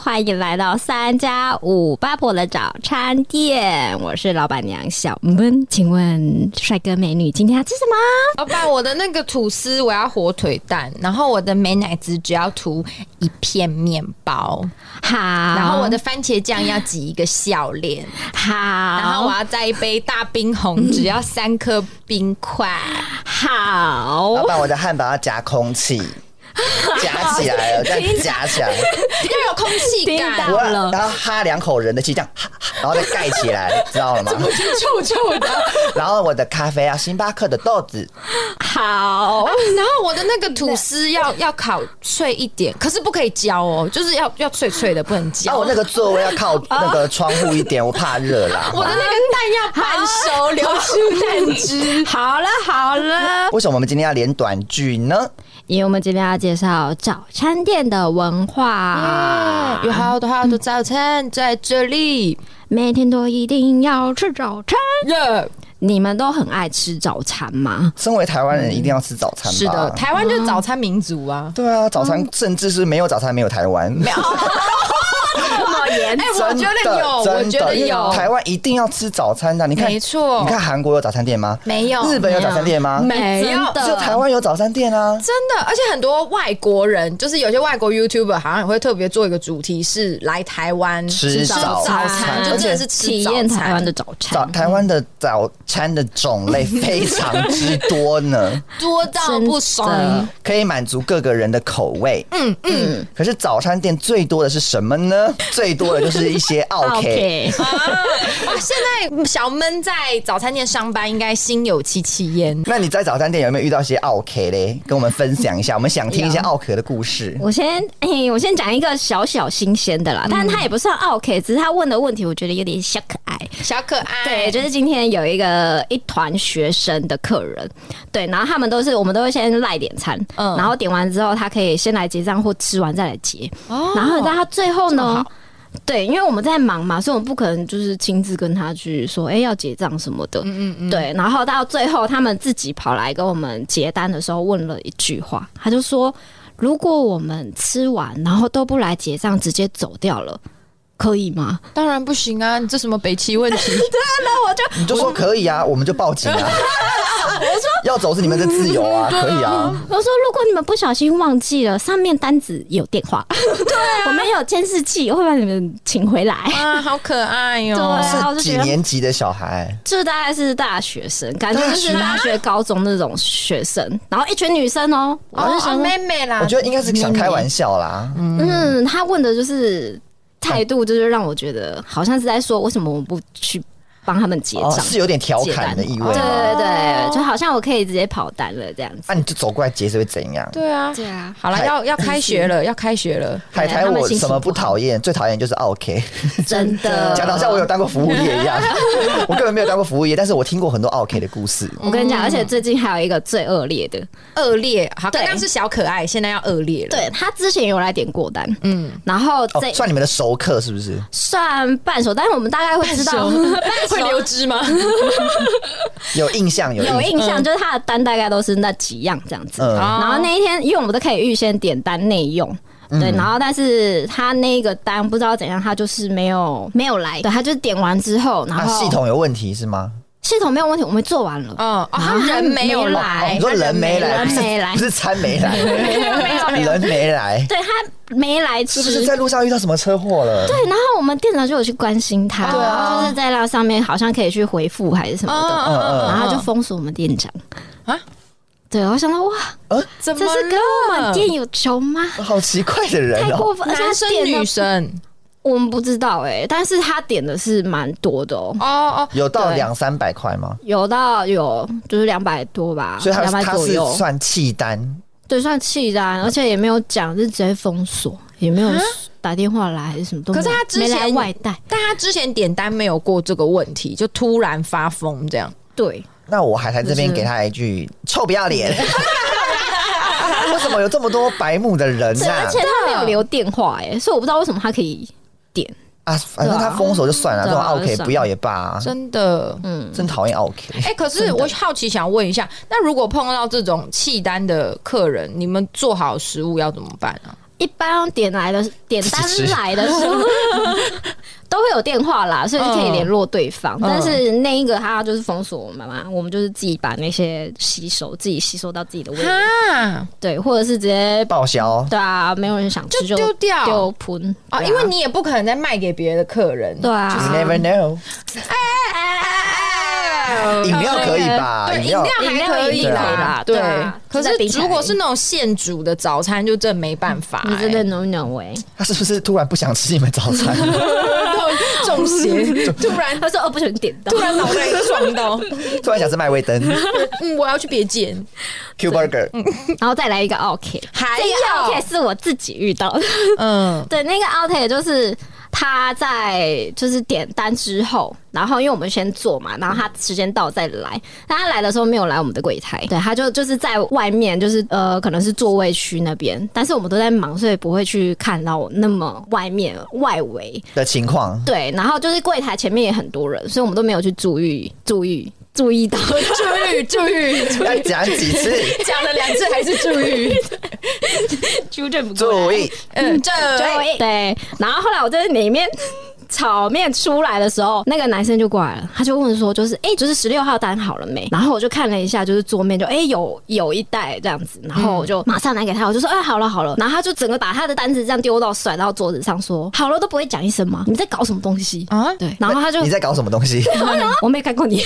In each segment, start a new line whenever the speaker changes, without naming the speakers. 欢迎来到三加五八婆的早餐店，我是老板娘小温。请问帅哥美女今天要吃什么？
老板，我的那个吐司我要火腿蛋，然后我的美乃滋只要涂一片面包，
好，然
然后我的番茄酱要挤一个笑脸，
好，
然
然
后我要再一杯大冰红，只要三颗冰块。
好
哦
老，板，我的汉堡要夹空 气，夹起来了，再夹起来，
要有空 气
听到
感，
我
了
然后哈两口人的气，这样，哈哈然后再盖起来，知 道了吗？
就臭臭的。
然后我的咖啡要啊星巴克的豆 子，
好，
然后我的那个吐司要要烤脆一点，可是不可以焦哦，就是要要脆脆的，不能
然
焦。
哦后我那个座位要靠那个窗户一点，我怕热啦。
我的那个蛋要半熟，流出蛋 汁。
好了，好了，
为什么我们今天要连短剧呢？
因为我们今天要介绍早餐店的文化，
有好多好多早餐在这里，
每天都一定要吃早餐。
耶、
你们都很爱吃早餐吗？
身为台湾人，一定要吃早餐吧？
是的，台湾就是早餐民族啊。
对啊，早餐甚至是没有早餐没有台 湾，没有，
这么严
哎、我觉得有，我
真
觉得
的，因为
有，
台湾一定要吃早餐的。你看，
没错
你看韩国有早餐店吗？
没有
日本啊有早餐店吗？
没有
真的
就台湾有早餐店啊。
真的，而且很多外国人，就是有些外国 YouTuber 好像也会特别做一个主题，是来台湾
吃
早
早
餐
就真的是
体
吃早
验
餐。
台湾的早
早
餐，
台湾的早餐的种类非常之 多呢，
多到不
真
爽
的。
可以满足各个人的口味。嗯嗯。可是早餐店最多的是什么呢？最多的就是一些 OK。
啊！现在小闷在早餐店上班，应该心有戚戚焉。
那你在早餐店有没有遇到一些 OK 嘞？跟我们分享一下，我们想听一些 OK 的故事。
我先，哎、我先讲一个小小新鲜的啦，但
嗯
他也不算 OK，只是他问的问题，我觉得有点小可爱。
小可爱，
对，就是今天有一个一团学生的客人，对，然后他们都是我们都会先赖点餐，
嗯
然后点完之后他可以先来结账或吃完再来结，
哦
然后但他最后
这么
呢
好？
对，因为我们在忙嘛，所以我们不可能就是亲自跟他去说，哎、要结账什么的。嗯嗯嗯。对，然后到最后他们自己跑来跟我们结单的时候，问了一句话，他就说：“如果我们吃完然后都不来结账，直接走掉了，可以吗
当然不行啊！你这什么北齐问 题？？”
你就说可以啊，我们就报警啊。我说要走是你们的自由啊，
嗯
可以啊。
我说：“如果你们不小心忘记了，上面单子有电话，对、啊我们有监视器，会把你们请回来。
啊，好可爱哟、
对啊我就是觉
几
得
年级的小孩？
这大概是大学生，感觉就是大学、高中那种学生，然后一群女生哦、我
哦
就
哦，
想说
妹妹啦，
我觉得应该是想开玩笑啦。
嗯，他问的就是态度，就是让我觉得好像是在说为什么我不去帮他们结
哦，
账。
是有点调
结
侃
单
的意味
嗯对
吗？
对对，就好像我可以直接跑单了这样子。
那啊你就走过来结是会怎样？
对啊，
对啊，
好了，
太
要要开学了，要开学了。
海
对
苔
他们
我
心情
什么
不
不
好
讨厌，最讨厌就是 OK，
真的。
讲的好像
嗯
我有当过服务业一样，
呃
我根本没有当过服务业，但是我听过很多 OK 的故事。
我跟你讲，而且最近还有一个最恶劣的，
恶劣，好，
对
刚刚是小可爱，现在要恶劣了。
对他之前有来点过单，嗯，然后
哦
这，
算你们的熟客是不是？
算半手，但是我们大概会知道，
会流汁吗？
有印象，有
有
印象。
印象，就是他的单大概都是那几样这样子。
嗯，
然
然后那一天，因为我们都可以预先点单内用。
嗯
对，然后但是他那个单不知道怎样，他就是没有没有来，对，他就点完之后，然
啊，
后
系统有问题是吗？
系统没有问题，我们做完了，
嗯，哦，他人没有
哦
来
你，说人没来，
哎人
不是
没来
不是餐没来，
没有
人没来，
对他没来吃，
是不是在路上遇到什么车祸了？
对，然后我们店长就有去关心他，
对啊
然后就是在那上面好像可以去回复还是什么的，
嗯嗯，
然后他就封锁我们店长
啊
对，我想到哇，
怎
这是跟我们店有仇吗？
嗯好奇怪的人
太
哦。
过分，而且他
哎男生
点的
女生？
我们不知道哎、但是他点的是蛮多的哦、
哦哦，
有到
对
两三百块吗？
有到有就是两百多吧，
所以
啊
他
两百
他
左
是
右，
算弃单，
对，算弃单，而且也没有讲，是直接封锁，也没有打电话来还是什么都没有。
啊可是他之前
没来外带，
但他之前点单没有过这个问题，就突然发疯这样。
对，
那我还在这边
就是
给他一句臭不要脸。 为什么有这么多白目的人啊
对，而
呐、
且他没有留电话哎、所以我不知道为什么他可以点。
啊？反正他封手就算了，
对
这种
啊
OK
算了
不要也罢、啊，
真的，嗯，
真讨厌 OK。
哎、可是我好奇想问一下，那如果碰到这种弃单的客人，你们做好食物要怎么办啊？
一般点来的点单
自己吃
来的时候 都会有电话啦，所以是可以联络对方。
嗯
但是那一个他就是封锁我妈妈，我们就是自己把那些吸收，自己吸收到自己的胃里，
哈，
对，或者是直接
报销。
对啊，没有人想吃
就丢掉
丢喷
啊，因为你也不可能再卖给别的客人。
对啊，
You never know，饮
啊
料可以吧？
对，
啊饮
饮
料
料还可以啦，
对
对
啊。
可
现在比起
是
来
如果是那种现煮的早餐，就真没办法欸，
你真的 no no 哎、
他是不是突然不想吃你们早 餐？
中邪， 突然
他说哦，不小心点到
突。然脑袋撞到，
突然想吃麦味登
嗯，我要去别见，
Q Burger，
嗯然后再来一个 OK，
还
这个 OK
有，
是我自己遇到的。
嗯，
对，那个 OK 就是他在就是点单之后，然后因为我们先做嘛，然后他时间到再来。但他来的时候没有来我们的柜台，对，他就就是在外面，就是呃，可能是座位区那边，但是我们都在忙，所以不会去看到那么外面外围。
的情况，
对，然后就是柜台前面也很多人，所以我们都没有去注意注意注意到。
注意注意，
要讲几次？
讲了两次还是注意，
纠正不
注意，
嗯，这
对，然后后来我在里面炒面出来的时候，那个男生就过来了，他就问说，就是哎、诶就是十六号单好了没？然后我就看了一下，就是桌面就哎、诶有有一袋这样子，然后我就马上拿给他，我就说哎、好了好了，然后他就整个把他的单子这样丢到甩到桌子上说，好了都不会讲一声吗？你在搞什么东西？
啊，
对，然后他就嗯
你在搞什么 东西
我没看过你，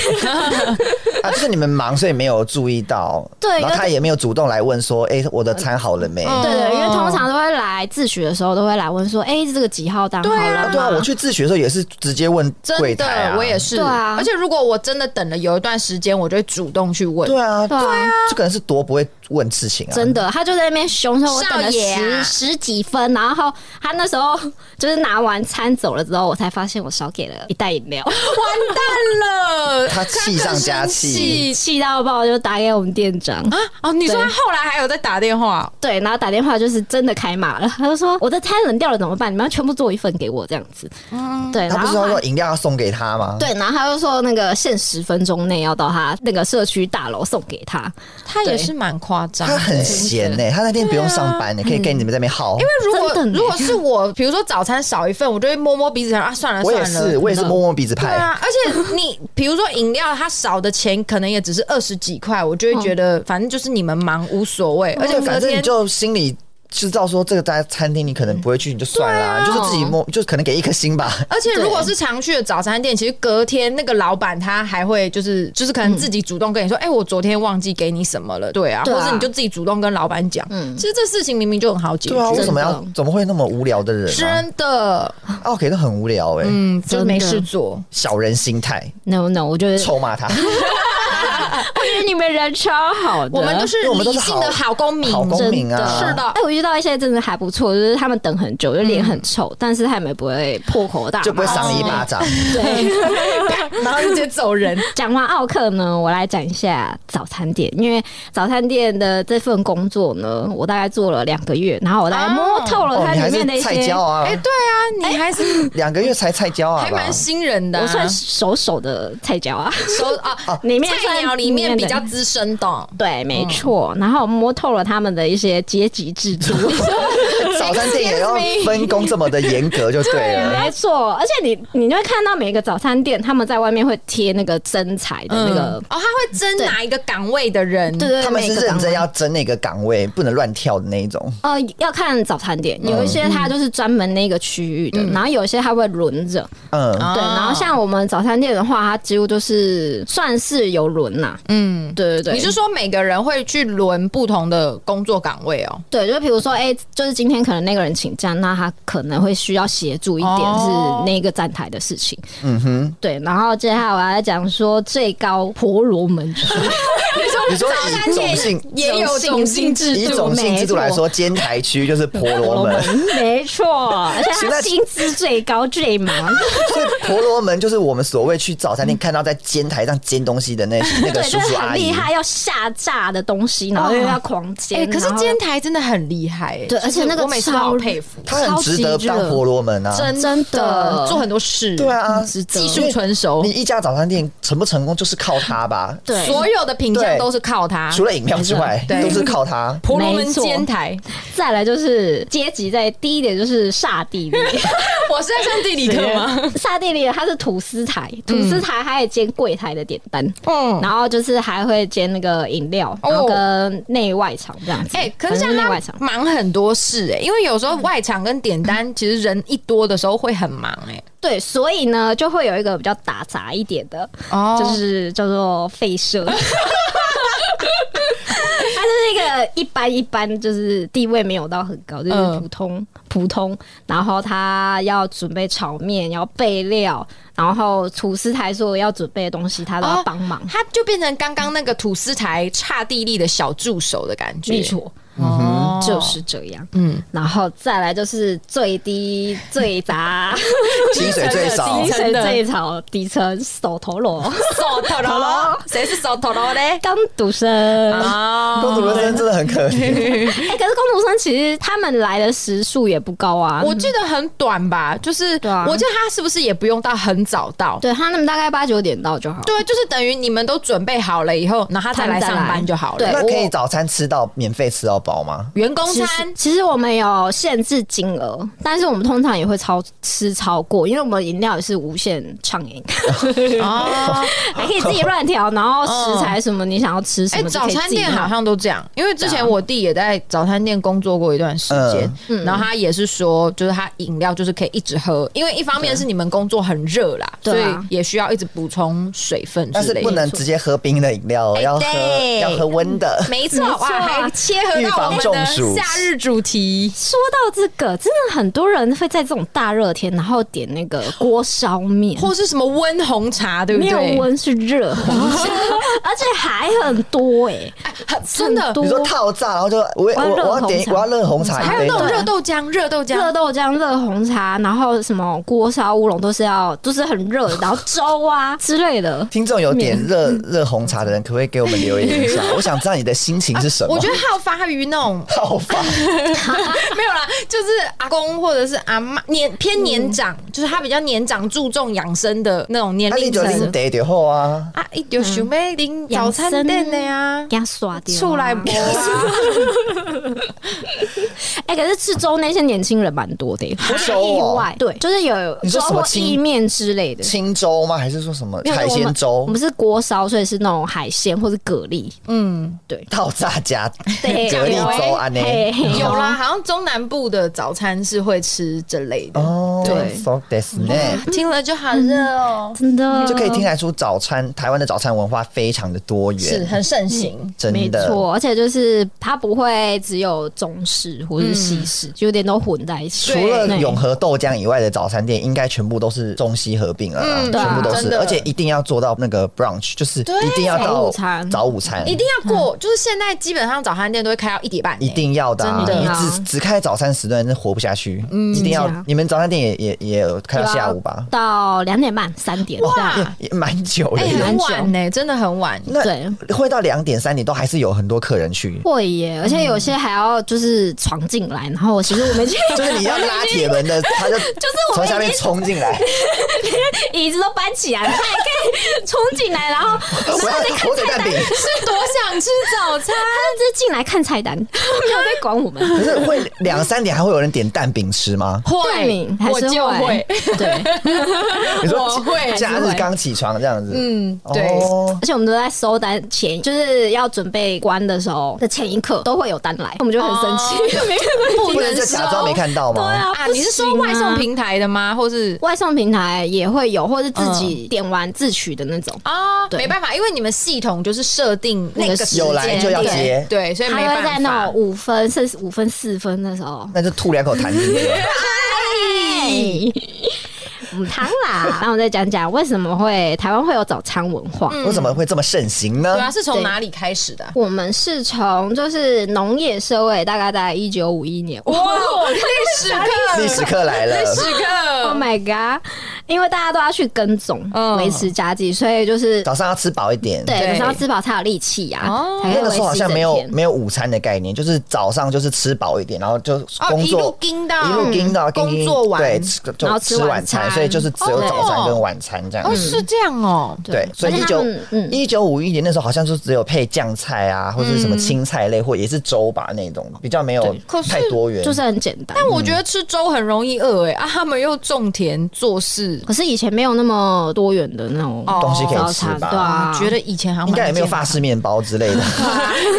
啊？就是你们忙，所以没有注意到，
对
然后他也没有主动来问说，哎，我的餐好了没？
嗯
对对，因为
哦
通常都会来自学的时候都会来问说，哎、这个几号单好
对啊
了
啊
吗？
对啊，我去自学的时候也是直接问
真
柜
的，
台啊，
我也是。
对啊
而且如果我真的等了有一段时间，我就会主动去问。
对啊，
对啊。
这可能是多不会问事情啊，
真的，他就在那边凶说：“我等
少
了
爷
十、
啊
十几分。”然后他那时候就是拿完餐走了之后，我才发现我少给了一袋饮料，
完蛋了，
他气上加气，
气气到爆，就打给我们店长。
啊！哦，你说他后来还有在打电话，
对，然后打电话就是真的开骂了，他就说：“我的餐冷掉了怎么办？你们要全部做一份给我这样子。”对，
啊
然
他不是
后
要
他
说饮料要送给他吗？
对，然后他就说那个限十分钟内要到他那个社区大楼送给他。
他也是蛮夸张的。
他很闲
啊
呢、他那天不用上班呢、可以跟你们在那边耗。因为
如果
真的呢
如果是我，比如说早餐少一份，我就会摸摸鼻子想啊，算了
我
算
也
了。
是，我也是摸摸鼻子
对
派。
啊，而且你比如说饮料，它少的钱可能也只是二十几块，我就会觉得反正就是你们忙无所谓，而且
嗯对，
隔
反正你
天
就心里知道说这个在餐厅你可能不会去，你就算了、啊
啊
你就是自己摸，就是可能给一颗星吧。
而且如果是常去的早餐店，其实隔天那个老板他还会就是就是可能自己主动跟你说，哎、我昨天忘记给你什么了，对啊，
对啊
或者你就自己主动跟老板讲。嗯，其实这事情明明就很好解决，
对啊，为
真
什
的
么要怎么会那么无聊的人、啊？
真的，
奥 K 都很无聊哎、
嗯，就是没事
真的
做，
小人心态，
No No，我觉 得
臭 骂他，
我觉得你们人超好的，
我们都是
啊因为我们都
理
是
性的好公民，
好公民啊，
真的是的
哎、我遇到一些真的还不错，就是他们等很久，就脸
嗯
很臭，但是他们也不会破口大骂，哦
就不会赏你一巴掌。
对，
然后就直接走人。
讲完奥克呢，我来讲一下早餐店，因为早餐店的这份工作呢，我大概做了两个月，然后我大
啊
概摸透了
哦，
它
你还
里
是
面的一
菜
些，
椒啊
哎、，对啊，你还是
两、个月才菜椒啊
哎还
吧
蛮。新人的啊、
我算手手的菜椒啊，
熟啊，
里面
菜鸟
算
里面比
的
较嗯资深的。
对，没错。然后我摸透了他们的一些阶级制 度。
早餐店也要分工这么的严格就对了。
没错，而且你你就会看到每一个早餐店，他们在外面会贴那个真彩的那个嗯
哦，他会争哪一个岗位的 人？
对对对，
嗯他们是
每个
认真
岗位
要争那个岗位，不能乱跳的那一种。
呃，要看早餐
嗯
店，有一些它就是专门那个区域的，然后有一些它会轮着。
嗯，
哦
对，然后像我们早餐店的话，它几乎就是算是有轮呐、
嗯，
对对对，
你是说每个人会去轮不同的工作岗位哦？
对，就比如说，哎、就是今天可能那个人请假，那他可能会需要协助一点
哦
是那个站台的事情。
嗯哼，
对，然后接下来我要讲说最高婆罗门制，
你说以种姓
也有种姓制
以种姓制度来说，监台区就是婆 罗门，
没错，而且
现
他
在
薪资最高最忙。
所以婆罗门就是我们所谓去早餐店看到在煎台上煎东西的那那 个
对，
叔
就
叔
是
阿
很
姨
厉。害，要下炸的东西，然后又要狂煎。
哎，可是
然后
监台真的很厉害欸，
对
就是
而且那个
我每次都
超
好佩服，
他很值得当婆罗门啊！
真的
做很多事，
对，啊，
值得
技术纯熟
你，一家早餐店成不成功就是靠他吧。
对
所有的评价
对
都是靠它，
除了饮料之外，
啊对
都是靠它。
婆罗门
没错
煎台，
再来就是阶级在第一点就是刹帝利，
我是在上地理课 吗？
刹帝利它是吐司台，吐司台还有兼柜台的点单，
嗯。
然后就是还会兼那个饮料，
哦
然后跟内外场这样子。
哎、可是
反
像
正内
他
外场，嗯
忙很多事哎、因为有时候外场跟点单，其实人一多的时候会很忙哎、
对，所以呢就会有一个比较打杂一点的，
哦
就是叫做废 社。它就是一个一般一般，就是地位没有到很高，就是
嗯
普通、普通。然后他要准备炒面，要备料，然后厨师台所有要准备的东西，他都要帮忙。
他就变成刚刚那个吐司台差地利的小助手的感觉，
没错，
嗯
哦，
就是这样。
嗯，
然后再来就是最低最杂，
薪水最少
低
薪，
层
水
的
最少，底层手陀螺，
手头喽，谁是手头喽嘞？
刚读生。哦
啊，
公主人生真的很可
哎、
怜，
可是工读生其实他们来的时数也不高啊。
我记得很短吧，就是
对啊
我记得他是不是也不用到很早到？
对他们大概八九点到就好了。
对，就是等于你们都准备好了以后，然后他再
他们
来
再
上
来
班就好了。哦
对
那可以
我
早餐吃到免费吃到饱吗？
员工
其
餐
实其实我们有限制金额，但是我们通常也会超吃超过，因为我们饮料也是无限畅 饮，
哦，
还可以自己乱调，然后食材什么你想要吃什
哎，
么就
早
可以
餐
自己弄。
店好像都这样，因为之前我弟也在早餐店工作过一段时间，
嗯
然后他也是说，就是他饮料就是可以一直喝，因为一方面是你们工作很热啦，所
对
以
啊
也需要一直补充水分
但
之
是
类
不
的。
能直接喝冰的饮料，要喝
对
要喝温的。
没错，
没错
哇，还切合
预
到我
防
们
中
的
暑
夏日主题。
说到这个，真的很多人会在这种大热天，然后点那个锅烧面，
或是什么温红茶，对不
没有
对？
温是热红茶，而且还很多哎、欸，
哎很真的
很，多
你说套炸，然后就我我
我要热
我要点
红茶
我要热红茶
还
一
有
杯
那种
的，
热豆浆，热豆浆，
热豆浆、热红茶，然后什么锅烧乌龙都是要，就是很热，然后粥啊之类的。
听众有点热热红茶的人，可不可以给我们留言 一下？我想知道你的心情是什么。
我觉得好发于那种
好 烦，
没有啦，就是阿公或者是阿妈年偏年长，就是他比较年长，注重养生的那种年
那你
龄
就拎
层。
得就好啊。
啊，一丢想要拎早餐店的呀、
给他刷掉啊
出 来播啊，
哎、可是吃粥那些年轻人蛮多的、欸，我
粥
意
哦
外。对，就是有
你说
粥
什么
或
清
意面之类的。
清粥吗？还是说什么
没有
海
我
鲜
们我
粥
们？是锅烧，所以是那种海鲜或是蛤蜊。
套炸加
对
蛤蜊粥啊呢？
嘿嘿
有啦，好像中南部的早餐是会吃这类的，
哦，
对
，so this 呢，
听了就好热哦，
真的
就可以听得出早餐台湾的早餐文化非常的多
是
元，
很盛行。
没
真的。
错，而且就是它不会只有中式或是西式，就有点都混在一起。
除了
对
永和豆浆以外的早餐店，应该全部都是中西合并了啦，
嗯对
全
啊
部都
真
是，
的
而且一定要做到那个 brunch，就是一定要
早
到
午餐
早午餐，
一定要过，就是现在基本上早餐店都会开到一点半、
一定要的啊，
真的
你只只开早餐时段，那活不下去，一定要
是啊。
你们早餐店也也也有开到下午吧？
到两点半、三点这样。
也也蛮久的
哎、
耶，
很晚呢、真的很晚。
那
对
会到两点三点都还是有很多客人去，
会耶，而且有些还要就是闯进来，然后其实我们已经
就是你要拉铁门的，他就
就是我
从
们
下
已
面
经
冲进来，
椅子都搬起来了，他还可以冲进来，然后
我要我得蛋饼。
是多想吃早
他
餐，
就直接进来看菜单， 没有在管我们。
可是会两三点还会有人点蛋饼吃吗？
对，还
我
是
就会
会。 对，
你
我会
假
还
日
是会
刚起床这样子，
嗯对
哦
而且我们都在收单前，就是要准备关的时候的前一刻都会有单来，我们就
哦
很生气， 没
不
不能就假装没看 到
对
吗？
哦啊，
啊，
不
你是说
行啊
外送平台的吗？或是
外送平台也会有，或是自己点完自取的那种。
啊，
对
没办法，因为你们系统就是设定那
那
个
个时
时间
间
有来就要接
对，对，所以
他
没
会在
办
那
法
种。五分甚至五分四分的时候，
那就吐两口痰进去。
母嗯汤啦。然后我再讲讲为什么会台湾会有早餐文化。
为什么会这么盛行
对啊，
呢？
是从
对
哪里开始的啊？
我们是从就是农业社会，大概在一九五一年。
哇，历史课，哦
历史课来了，
啊历史
Oh
课，
my god！因为大家都要去跟踪
嗯
维持家计，所以就是
早上要吃饱一点。
对，可
对
是要吃饱才有力气呀、
哦
才可
那
以
个
维
时候好
持一
像
整
没有
天。
没有午餐的概念，就是早上就是吃饱一点，然后就工
哦一路
作、
盯到
一路盯到盯
工作完
对，吃
然
就
后吃
吃晚
晚
餐，
餐
所以就是只有
哦
早餐跟晚餐这样嗯
哦，
子。
是这样哦，
对，所以
而
一
且他
九
们嗯，
一九五一年那时候好像就只有配酱菜啊，或者什么青菜类，或也是粥吧那种，比较没有
可是
太多元。
就是很简单。
但我觉得吃粥很容易饿哎、啊，他们又种田做事，
可是以前没有那么多元的那种
哦
东西可以
早
吃
餐，对
吧？
啊，
觉得以前好像
应该也没有
蛮
法式面包之类的，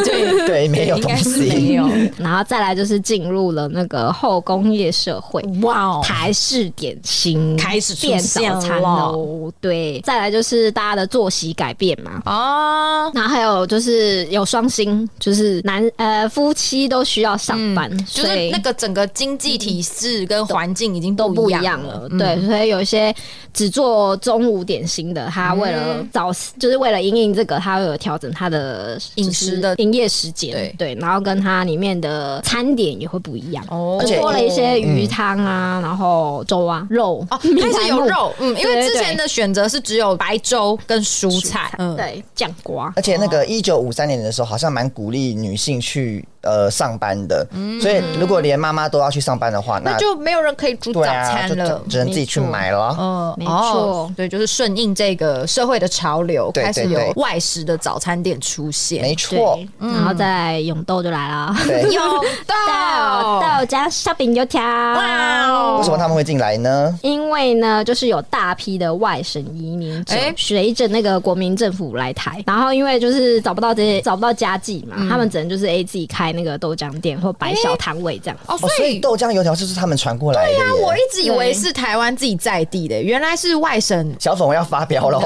健康 对
对， 没有
应
东
该是没
西。
有，
然后再来就是进入了那个后工业社会。
哇哦，
台式点心
开始出
变
现
早餐
喽
喽，对，再来就是大家的作息改变嘛，
啊，
然后还有就是有双薪，就是男呃夫妻都需要上班，
嗯就
所
是
以
那个整个经济体制跟环境已经
都不
一
一
样嗯
样了，对，所以有一些只做中午点心的，他为了早、就是为了营应这个，他会有调整他的
嗯饮食的
就是营业时间，对，然后跟它里面的餐点也会不一样。
哦
就多了一些鱼汤啊，然后粥啊、肉
哦，
明
开始
太
有
木
肉，嗯，因为
对对
之前
对
的选择是只有白粥跟蔬菜，嗯，
对，酱瓜。
而且那个一九五三年的时候，好像蛮鼓励女性去呃上班的，所以如果连妈妈都要去上班的话，那
那就没有人可以煮早
对啊，
餐
就
了
只，只能自己去
没错
买了。
嗯，
没
哦
错
对，就是顺应这个社会的潮流，
对
开始
对
有
对
外食的早餐店出现
没。错
对，，然
嗯
后再永豆就来了，
对。
有
豆
到
豆加烧饼油条。
哇哦
为什么他们会进来呢？
因为呢，就是有大批的外省移民者
哎
随着那个国民政府来台，然后因为就是找不到这些找不到家计
嗯
嘛，他们只能就是 A 自己开那个豆浆店或摆小摊位这样。
哦，
哦，所
所
以
以。
豆浆油条就是他们传过来的耶。
我一直以为是台湾自己在地的，原来是外省。
小粉红要发飙了，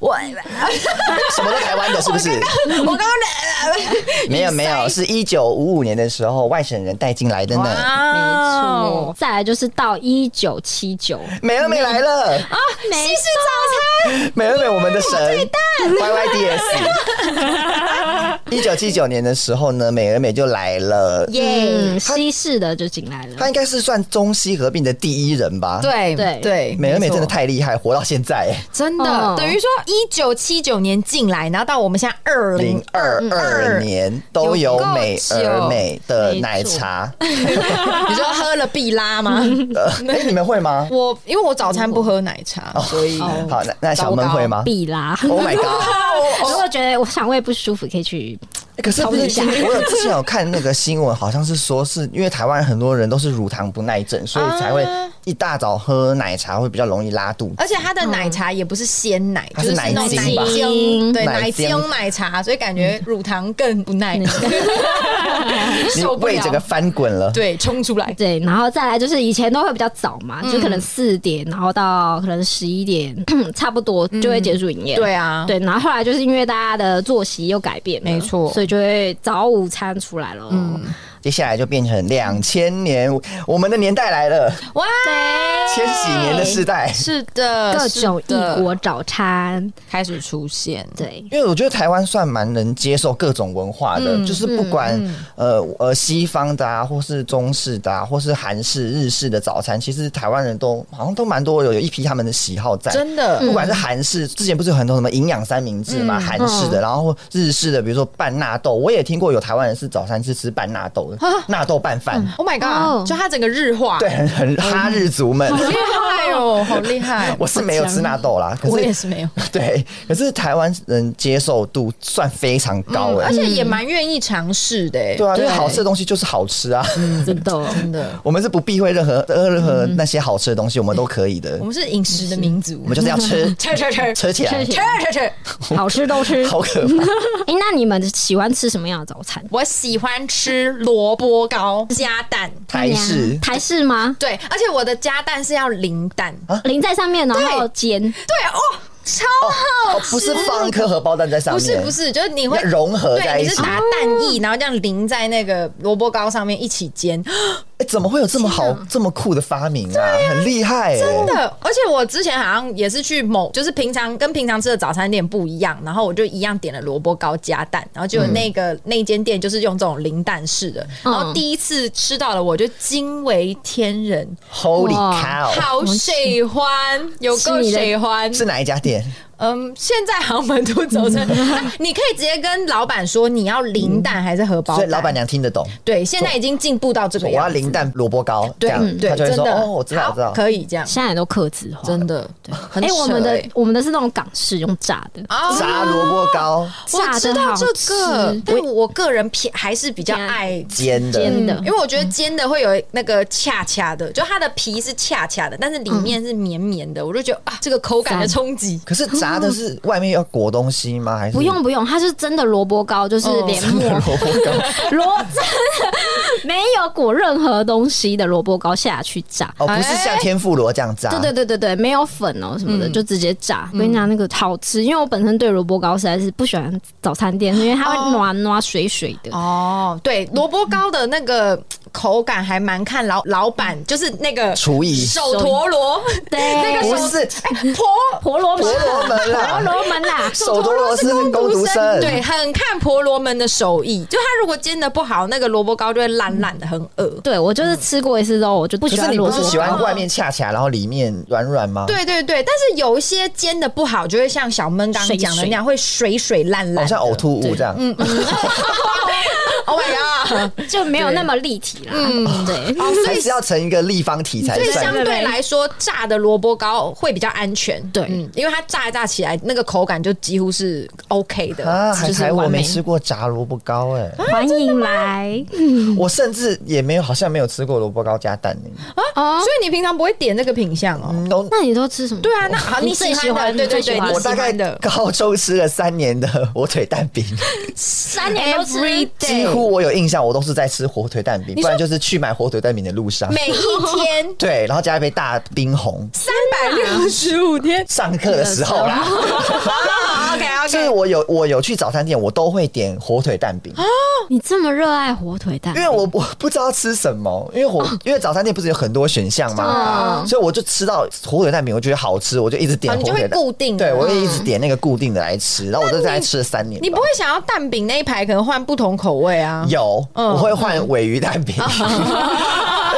我
什么都台湾的，是不是？
我刚刚
没有没有，是一九五五年的时候外省人带进来的呢。
没
哇
错
哦，，
再来就是到一九七九，
美乐美 来了，
没
西式早餐
美乐美我们的神，Y Y D S。一九七九年的时候呢，美乐美就来了，
耶，嗯西式的就进来
她
了。
应该是算中西合并的第一人吧？，
对
对
对，
美乐美
没错
真的太厉害，活到现在
真的
哦
嗯
等于说一九七九年进来，然后到我们现在二
零
零
二二
二，
年都有美而美的奶茶。
你说喝了必拉吗？
呃 哎，你们会吗？
我因为我早餐不喝奶茶，
哦
所以
好，那那小闷会吗
必 啦！
？Oh my god！哦
如果觉得我肠胃不舒服，可以 去
欸可是不
超
是
级像
我有之前有看那个新闻，好像是说是因为台湾很多人都是乳糖不耐症，所以才会
啊
一大早喝奶茶会比较容易拉肚子。
而且它的奶茶也不是鲜奶，
嗯它
就是是
奶
那种
精
奶
吧
精，对，
奶
奶
精嗯
精奶茶，所以感觉乳糖更不耐，
你
受不
胃整个
了，
翻滚了。
对，冲出来。
对，然后再来就是以前都会比较早嘛，
嗯
就可能四点，然后到可能十一点， 差不多就会结束营业。
对啊，
对，然后后来就是因为大家的作息又改变了，
没错嗯
所以就会早午餐出来了。
接下来就变成两千年，我们的年代来了，
哇，
对，
千禧年的世代。
是的，
各
是
种
的
异国早餐，
开始出现，
对。
因为我觉得台湾算蛮能接受各种文化的，
嗯
就是不管、呃呃西方的啊，或是中式的啊，或是韩式、日式的早餐，其实台湾人都好像都蛮多有有一批他们的喜好在。
真的
不管是韩式，之前不是有很多什么营养三明治
嗯
嘛，韩式的，然后日式的，比如说拌纳豆，我也听过有台湾人是早餐是吃拌纳豆
啊
的，纳豆拌饭，
，Oh my
哦
god，就它整个日化，
对，，很
哦
很哈日族 们。
厉害哦，好厉害，
我是没有吃纳豆啦，可
啊我也
是
是没有，
对，可是台湾人接受度算非常高
嗯
哎、
而且也蛮愿意尝试的，欸
对啊，因为好吃的东西就是好吃啊，
嗯
真的，
真的，
我们是不避讳任何呃任何
嗯
那些好吃的东西，我们都可以的
我，们是饮食的民族，
我们就是要吃
嗯 吃吃吃
吃起来
吃，起
吃吃吃。
好吃都 吃。
好可怕。
哎，那你们喜欢吃什么样的早餐？
我喜欢吃萝卜糕加蛋，
台式
台式吗？
对，而且我的加蛋是要零蛋，
啊
淋在上面，然后煎，
啊对哦，超
哦，不是放一颗荷包蛋在上
不
面，
是不是，就是你会
要融合在
对，
一
你
起
是。打蛋液，然后这样淋在那个萝卜糕上面一起煎，
哎、怎么会有这么好、这么酷的发明啊？很厉害、欸，真
真。的，而且我之前好像也是去某，就是平常跟平常吃的早餐店不一样，然后我就一样点了萝卜糕加蛋，然后
嗯
就有那个、那间店就是用这种零蛋式的，
哦
然后第一次吃到了，我就惊为天人，
Holy
哇
cow！
好喜欢，有够喜欢。
哦是哪一家店？
嗯，现在好像蛮多早餐，
嗯
啊你可以直接跟老板说你要零蛋还是荷包
所以
蛋，
老板娘听得懂。
对，现在已经进步到这
我
个
要
样子，
零蛋萝卜糕，这
对
样
嗯对，
他就会
真
说
的
哦，我知道，
好
我知道。
可以这样，
现在都克制化，
真。的，很
哎、
扯
我们的
欸
我们的是那种港式用炸的，
啊
哦炸萝卜糕
我
炸
知
的
道
好
这个
吃，
但我个人偏还是比较爱
煎的，
煎的
嗯因为我觉得煎的会有那个恰恰的，就它的皮是恰恰的，但是里
嗯
面是绵绵的，我就觉得啊，这个口感的冲击。
可是炸的是外面要裹东西吗？还是
不用不用，它是真的萝卜糕，就是
哦
连
嗯真
磨
的萝卜糕？
萝真的没有裹任何东西的萝卜糕下去炸。
哦，不是像天妇罗这样炸，
对对对对对，没有粉哦什么的，
嗯
就直接炸。我跟你讲，那个好吃，因为我本身对萝卜糕实在是不喜欢早餐店，因为它
哦
会暖暖水水的。
哦，对，萝卜糕的那个口感还蛮看老老板，就是那个
厨艺
手陀螺，
对，
那个
不
手
是
哎婆。
婆罗门
婆罗门
婆
啦，
罗门啦，
哦手陀螺是工读生，
对，很看婆罗门的手艺。就他如果煎的不好，那个萝卜糕就会烂烂的，很恶。
对我就是吃过一次之后，我就不
可
喜
是
欢
你
萝
不
卜
是
糕。
喜欢外面恰恰，然后里面软软吗？，
对对对，但是有一些煎的不好，就会像小闷刚讲的那样，会水水烂烂
好
的，
像哦呕。吐物这样。
Oh my god！
就没有那么立体啦。嗯，对。
哦，所
还
以
是要成一个立方体才
所以
算
相对来说，炸的萝卜糕会比较安全。
对
嗯，因为它炸一炸起来，那个口感就几乎是 OK 的。
啊！
就
还
是
还我
完美啊
没吃过炸萝卜糕哎，
欢迎来
我甚至也没有，好像没有吃过萝卜糕加蛋呢。
哦
所。以你平常不会点这个品相哦？
嗯都
那你都吃什么？
对啊，那好，
你
你
最喜
喜欢
欢
的，对
你最
对
喜
对，
欢
你
我
喜
大概
欢的。
高中吃了三年的火腿蛋饼，
三年都吃
Every
几
day，
乎我有印象，我都是在吃火腿蛋饼，
你
不
说
然就是去买火腿蛋饼的路上。
每一天
对，然后加一杯大冰红。
三百六十五 天。
上课的时候啦，
OK
就是我有我有去早餐店，我都会点火腿蛋饼，
你这么热爱火腿蛋
因，为我我不知道吃什么，因为火
哦
因为早餐店不是有很多选项嘛，所以我就吃到火腿蛋饼，我觉得好吃，我就一直点
哦啊
火
你就
腿
会
蛋。
固定的嗯
对，我会一直点那个固定的来吃，然后我就在吃了三年吧。
你不会想要蛋饼那一排可能换不同口味啊？
有，
嗯
我会换尾鱼蛋饼。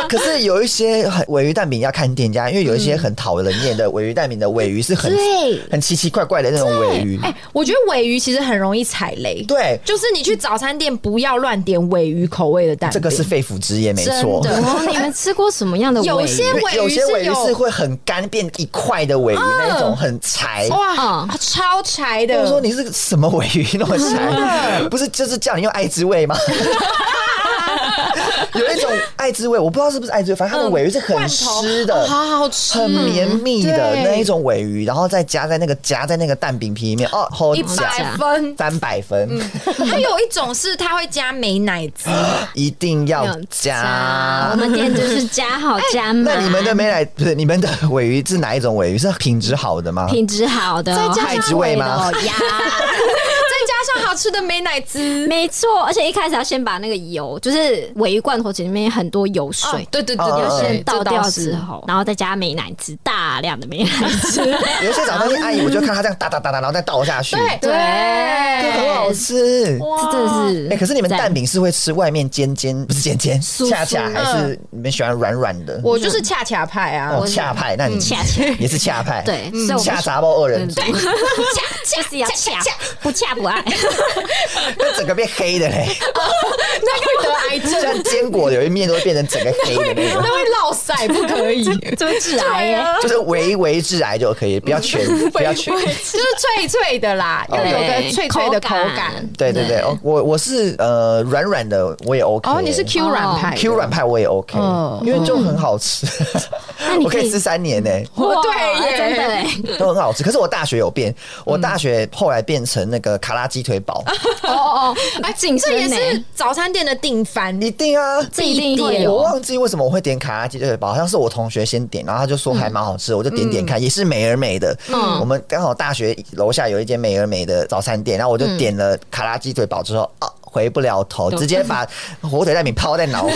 可是有一些很尾鱼蛋饼要看店家，因为有一些很讨人厌的尾鱼蛋饼的尾鱼是很
对
很奇奇怪怪的那种尾鱼。
哎、我觉得尾鱼其实很容易踩雷。
对，
就是你去早餐店不要乱点尾鱼口味的蛋
这
饼，
个是肺腑之言，没错
真。的
哦，你们吃过什么样的尾鱼？
有些
因为有些尾
尾鱼是
鱼
有嗯
是会很干变一块的尾鱼，那种很柴。
哇、
嗯
超柴
我
的。
说你是什么尾鱼那么柴？不是就是叫你用爱之味吗？有一种爱之味，我不知道是不是爱之味，反正它的尾鱼是很
罐头
湿的，
哦好好吃，
很绵密的
对
那一种尾鱼，然后再夹在那个夹在那个蛋饼皮里面，哦，好
一
夹
百分。
三百分，
还有一种是它会加美乃滋，
啊一定要
没有
加
啊我。们店就是加好加满。
那你们的美乃不是你们的尾鱼是哪一种尾鱼？是品质好的吗？
品质好的哦，
再加
上海味吗
海味的哦呀，
再加上好吃的美乃滋，
没错，而且一开始要先把那个油，就是尾鱼罐头前面很多油
哦
水。
对对对
哦
对，
哦
先
对
倒
这
掉
倒是
之后，然后再加美乃滋，大量的美乃滋，
有一些早餐店阿姨，我就看她这样哒哒哒哒，然后再倒下去，
对
对
这很好吃。
这真的是。
哎，可是你们蛋饼是会吃外面尖尖，不是尖尖，
嗯酥
恰恰还是你们喜欢软软的？
我就是恰恰派啊，
哦
我
恰派，那你
恰恰
也是恰派，嗯
对所以我们嗯
恰杂包二人组，
恰就是要恰，不恰不爱。
那整个变黑的嘞。
那会得癌症，
像坚果有一面都会变成整个黑的那 种，
那会落腮，不可以。
周致癌
对
耶
啊，
就是微微致癌就可以，不要全，不要 全。
就是脆脆的啦，
哦
要有个脆脆的口感。
对对对，哦我我是呃软软的，我也 OK。
哦，你是 Q 软派的
Q 软派，我也 OK，
嗯
因为就很好吃，
你
我可
可
以
以
吃三年呢，
哦
哇
对耶
真的哎，
都很好吃。可是我大学有变，我大学后来变成那个卡拉鸡腿堡，
哦 哦，哎，谨
这也
慎
是
呢，
早餐店的定番。
一定啊。
这一定会
我
有。
忘记为什么我会点卡拉鸡腿堡，好像是我同学先点，然后他就说还蛮好吃，我就点点看，也是美而美的。我们刚好大学楼下有一间美而美的早餐店，然后我就点了卡拉鸡腿堡之后，啊，回不了头，直接把 火腿蛋饼抛在脑后，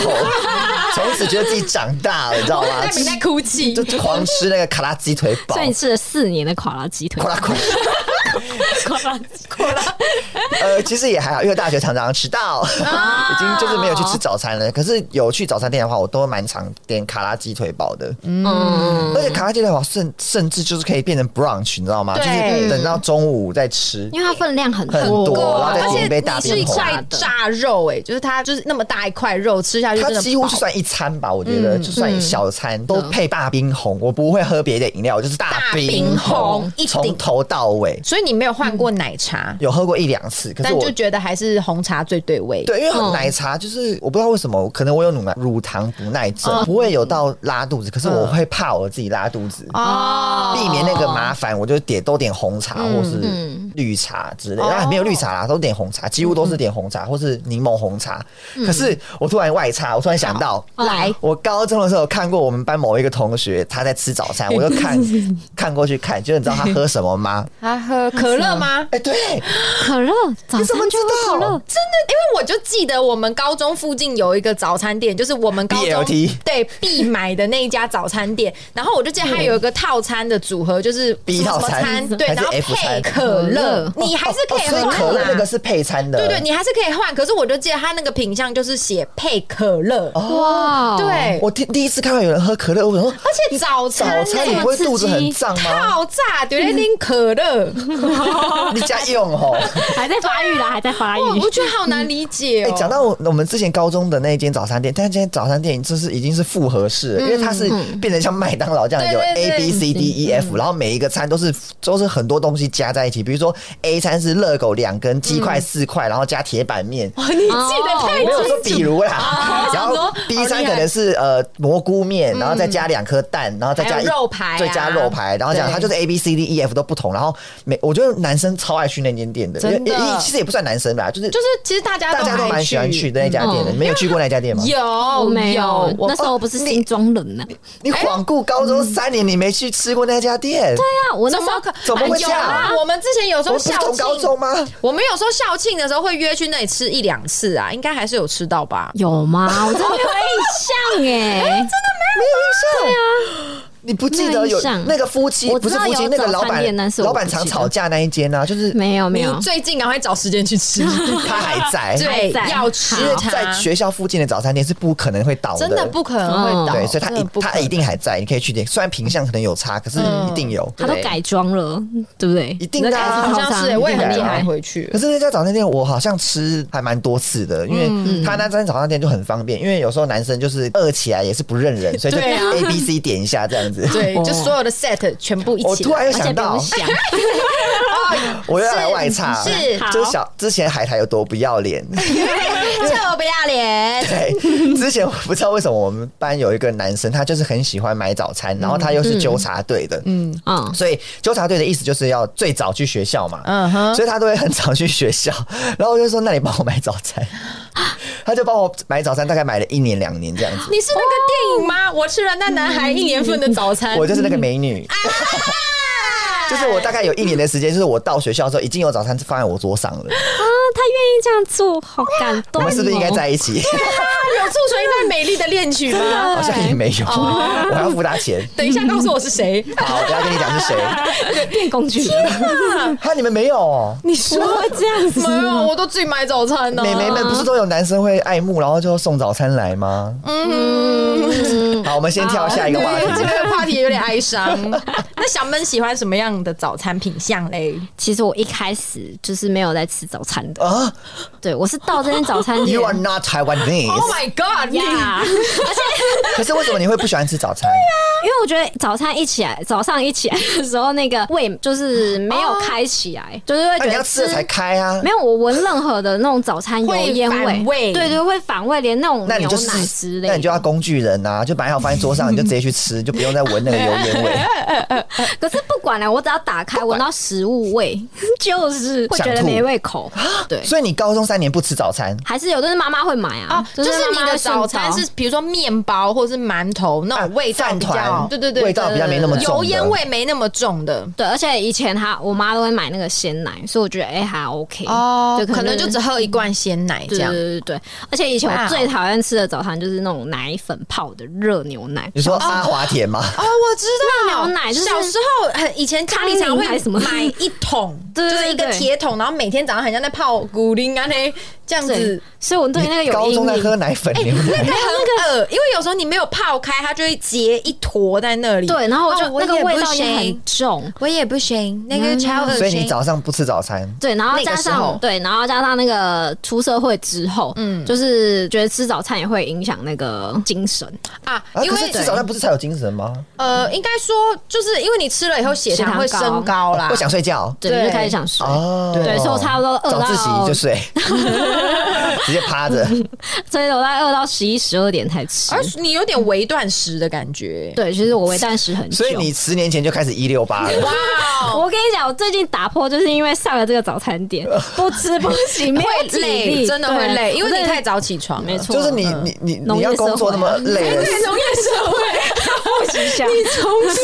从此觉得自己长大了，你知道吗？
你在哭泣
就，就狂吃那个卡拉鸡腿堡
所以， 你吃了四年的垮拉鸡腿
卡，拉快。 呃，其实也还好，因为大学常常迟到， 已经就是没有去吃早餐了。可是有去早餐店的话，我都蛮常点卡拉鸡腿堡的。
嗯，
而且卡拉鸡腿堡甚甚至就是可以变成 brunch，你知道吗？就
对
是等到中午再吃。
因为它分量很
很
多，
多
哇
然
而
后再点一杯大
且你
便
是
红
在炸肉哎、就是它就是那么大一块肉吃下去
它
真的
几乎
饱
就算一餐吧，我觉得就算一小
嗯
餐都配大冰红，我不会喝别的饮料，我就是大
大
冰
冰
红
红一，
从
顶
头到尾
所以你没有换过奶茶，
有喝过一两次，可是
但
我
就觉得还是红茶最对味。
嗯对，因为
嗯
奶茶就是我不知道为什么，可能我有乳奶乳糖不耐
嗯
症，不会有到拉肚子，可是我会怕我自己拉肚子。
哦
避免那个麻烦，我就点都点红茶或是绿茶之类的，
哦
啊没有绿茶啦，都点红茶，几乎都是点红茶或是柠檬红茶。可是我突然外插，我突然想到，
来
我高中的时候看过我们班某一个同学他在吃早餐， 我就看看过去看，就你知道他喝什么吗？
他喝可乐吗？
哎，对，
可乐，早
怎
餐
么
就
知
喝可
道
乐，
真的，因为我就记得我们高中附近有一个早餐店，就是我们高中
BLT
对必买的那一家早餐店。然后我就记得它有一个套餐的组合，就是什
B
么什么
套餐
餐对，
还是
然后
F
配
餐
可乐，你还是可
哦所以
换
可乐那个
啦。
是配餐的，
对对，你还是可以换。可是我就记得它那个品相就是写配可乐，
哇，
对，
哦我第第一次看到有人喝可乐，我想说
而且早餐
早餐啊你不会肚子很胀 吗？
爆炸，有点点可 乐，
你家用哦。
还在发育啦，还在发育，
哇我觉得好难理解
哎、
哦。
讲到我们之前高中的那一间早餐店，但这间早餐店就是已经是复合式了，因为它是变成像麦当劳这
嗯
样
对
有
对嗯
A
对
B C D E F，然后每一个餐都是都是很多东西加在一起，比如说 A 餐是热狗两根，鸡块四
嗯
块，然后加铁板面。
哇哦你记得太
哦没有
清
说比如啦
哦，
然
想
后
说
B
好
餐
厉害嗯
可能是呃蘑菇面，然后再加两颗蛋，然后再加一
还有肉排啊
再加肉排，然后这样
对
它就是 A B C D E F 都不同。然后每我觉得男生超爱去那间店的，因
真
为
的
因为其实也不算男生吧，就是
就是其实大家
大家都蛮喜欢去的那家店的。
嗯
你们有去过那家店吗？
有
我没有，
我
那时候我不是新装人呢。对
你罔顾高中三年你没去吃过那家店，
啊，我那
怎
时候
么可
怎么会这
有
样
啊？我们之前有时
我
候
们不是
校
同高中
庆，
吗？
我们有时候校庆的时候会约去那里吃一两次啊，应该还是有吃到吧？
有吗？我真的没有印象 哎，
没有印象。对啊，你不记得
没有
有
印象
那个夫妻
我
不
知
是
道
夫妻
有
那个老
早餐
板
店但是我
老
不
板
记
常
得
吵架那一间啊，就是
没有没有
你，最近赶快找时间去吃，
他还在。
对，
还在
要吃
因为在
它，
学校附近的早餐店是不可能会倒
真的不可能会倒，
对，所以他
真的
一
不可
他
能
一定还在，你可以去点。虽然品相可能有差，可是一定有。
他都改装了，对不对？
一定的啊
好像是欸，我也很
厉
哦
厉
害
害回去
可。是那家早餐店我好像吃还蛮多次的，因为他那家早餐店就很方便，因为有时候男生就是饿起来也是不认人，所以就
对啊
A B C 点一下这样子。
对，
哦
就所有的 set 全部一
我
起
突
来。
然又
而且
想
不
到
用， 想，
我又要来外插了，
是
好
就是小之前海苔有多不要 脸。
臭不要脸！
对，之前我不知道为什么我们班有一个男生，他就是很喜欢买早
嗯
餐，然后他又是纠察队的，嗯，
嗯，
所以纠察队的意思就是要最早去学校嘛，
嗯哼，
所以他都会很早去学校， 然后我就说：“那你帮我买早 餐。”他就帮我买早餐，大概买了一年两年这样子。
你是那个电影吗？我吃了那男孩一年份的早餐。啊
我就是那个美女， 就是我大概有一年的时间，就是我到学校的时候已经有早餐放在我桌上 了。
他愿意这样做，好感
我
动。哦
们是不是应该？在一起？
有促成一段美丽的恋 曲吗？
好像也没有，
哦
我还要付他钱。
等一下告诉我是谁。
好，我等一下跟你讲是谁。
变工具人，
哈，你们没有哦？
你说会这样子？
没有，我都自己买早餐呢、
美眉们不是都有男生会爱慕，然后就送早餐来吗？嗯，好，我们先跳下一个话题。
对这个话题有点哀伤。那小闷喜欢什么样的早餐品相嘞？
其实我一开始就是没有在吃早餐的，
啊
对我是到这间早 餐店
，You。are not
Oh
Taiwanese。
my god！
呀，
可是为什么你会不喜欢吃早餐？
因为我觉得早餐一起来，早上一起来的时候，那个胃就是没有开起来，就是会
哦那
觉
你要
得
吃了才开啊
没。有，我闻任何的那种早餐油
会
烟
反胃
对对，会反胃，连那种
那你
牛
就是
奶之，类的，
那你就要工具 人呐、啊，就买好放在桌上，你就直接去吃，就不用再闻那个油烟味。
可是不管了，我只要打开闻到食物味，就是会觉得没胃口。对，
啊所以你高中三年不吃早餐，
还是有，但是妈妈会买啊。
哦，就是
妈
你
妈
的
会送
早餐
到
是比如说面包或者是馒头那种
啊
味道
饭
比较，
团
对对对，
味道比较没那么
对对对
重
油
的
烟味没那么重的。
对，而且以前她我妈都会买那个鲜奶，所以我觉得哎、还 OK
哦
对，
可能
是
就只喝一罐鲜奶
对
这
对
样。
对对对，而且以前
哇
我
哦
最讨厌吃的早餐就是那种奶粉泡的热牛奶，
你说阿华田吗？
哦，我知道，
热牛奶就是
小时候很以前家里常
康宁还
会
是什么
买一桶，
对对
就是一个
对对
铁桶，然后每天早上很像在泡古灵啊嘞这样
对
子。，
所以我对那个
你
有
高
阴
中在喝
影。哎
奶粉牛奶，
但很恶，因为有时候你没有泡开，它就会结一坨在那里。
对，然后我就、
哦我
那个
也
味
不
道也
行
很嗯重，
我也不行，那个超恶
所以你
心。
早上不吃早餐，
对，然后
那个
加
时
上
候
对，然后加上那个出社会之后，嗯，就是觉得吃早餐也会影响那个精神，
啊
啊，，
因
可
为
是吃早餐不是才有精神吗？
呃，应该说就是因为你吃了以后血糖会升高啦
不，想睡觉
对，
对
就开始想睡。
哦，
对所以我差不多饿
早
到
自习就睡，直接 趴着。
所以我大概饿到十一、十二点才吃
而。你有点微断食的感觉。
对，其实我微断食很久。
所以你十年前就开始一六八了，
哇，
我跟你讲，我最近打破就是因为上了这个早餐 店，不吃不行， 没
会
有体
累，
力，
真的会
对
累，因
我
为
真
你
的
太早起床了。
没错，嗯
就是你你你
农
你
业
要工作那么累
农
了，
业社会，
一下，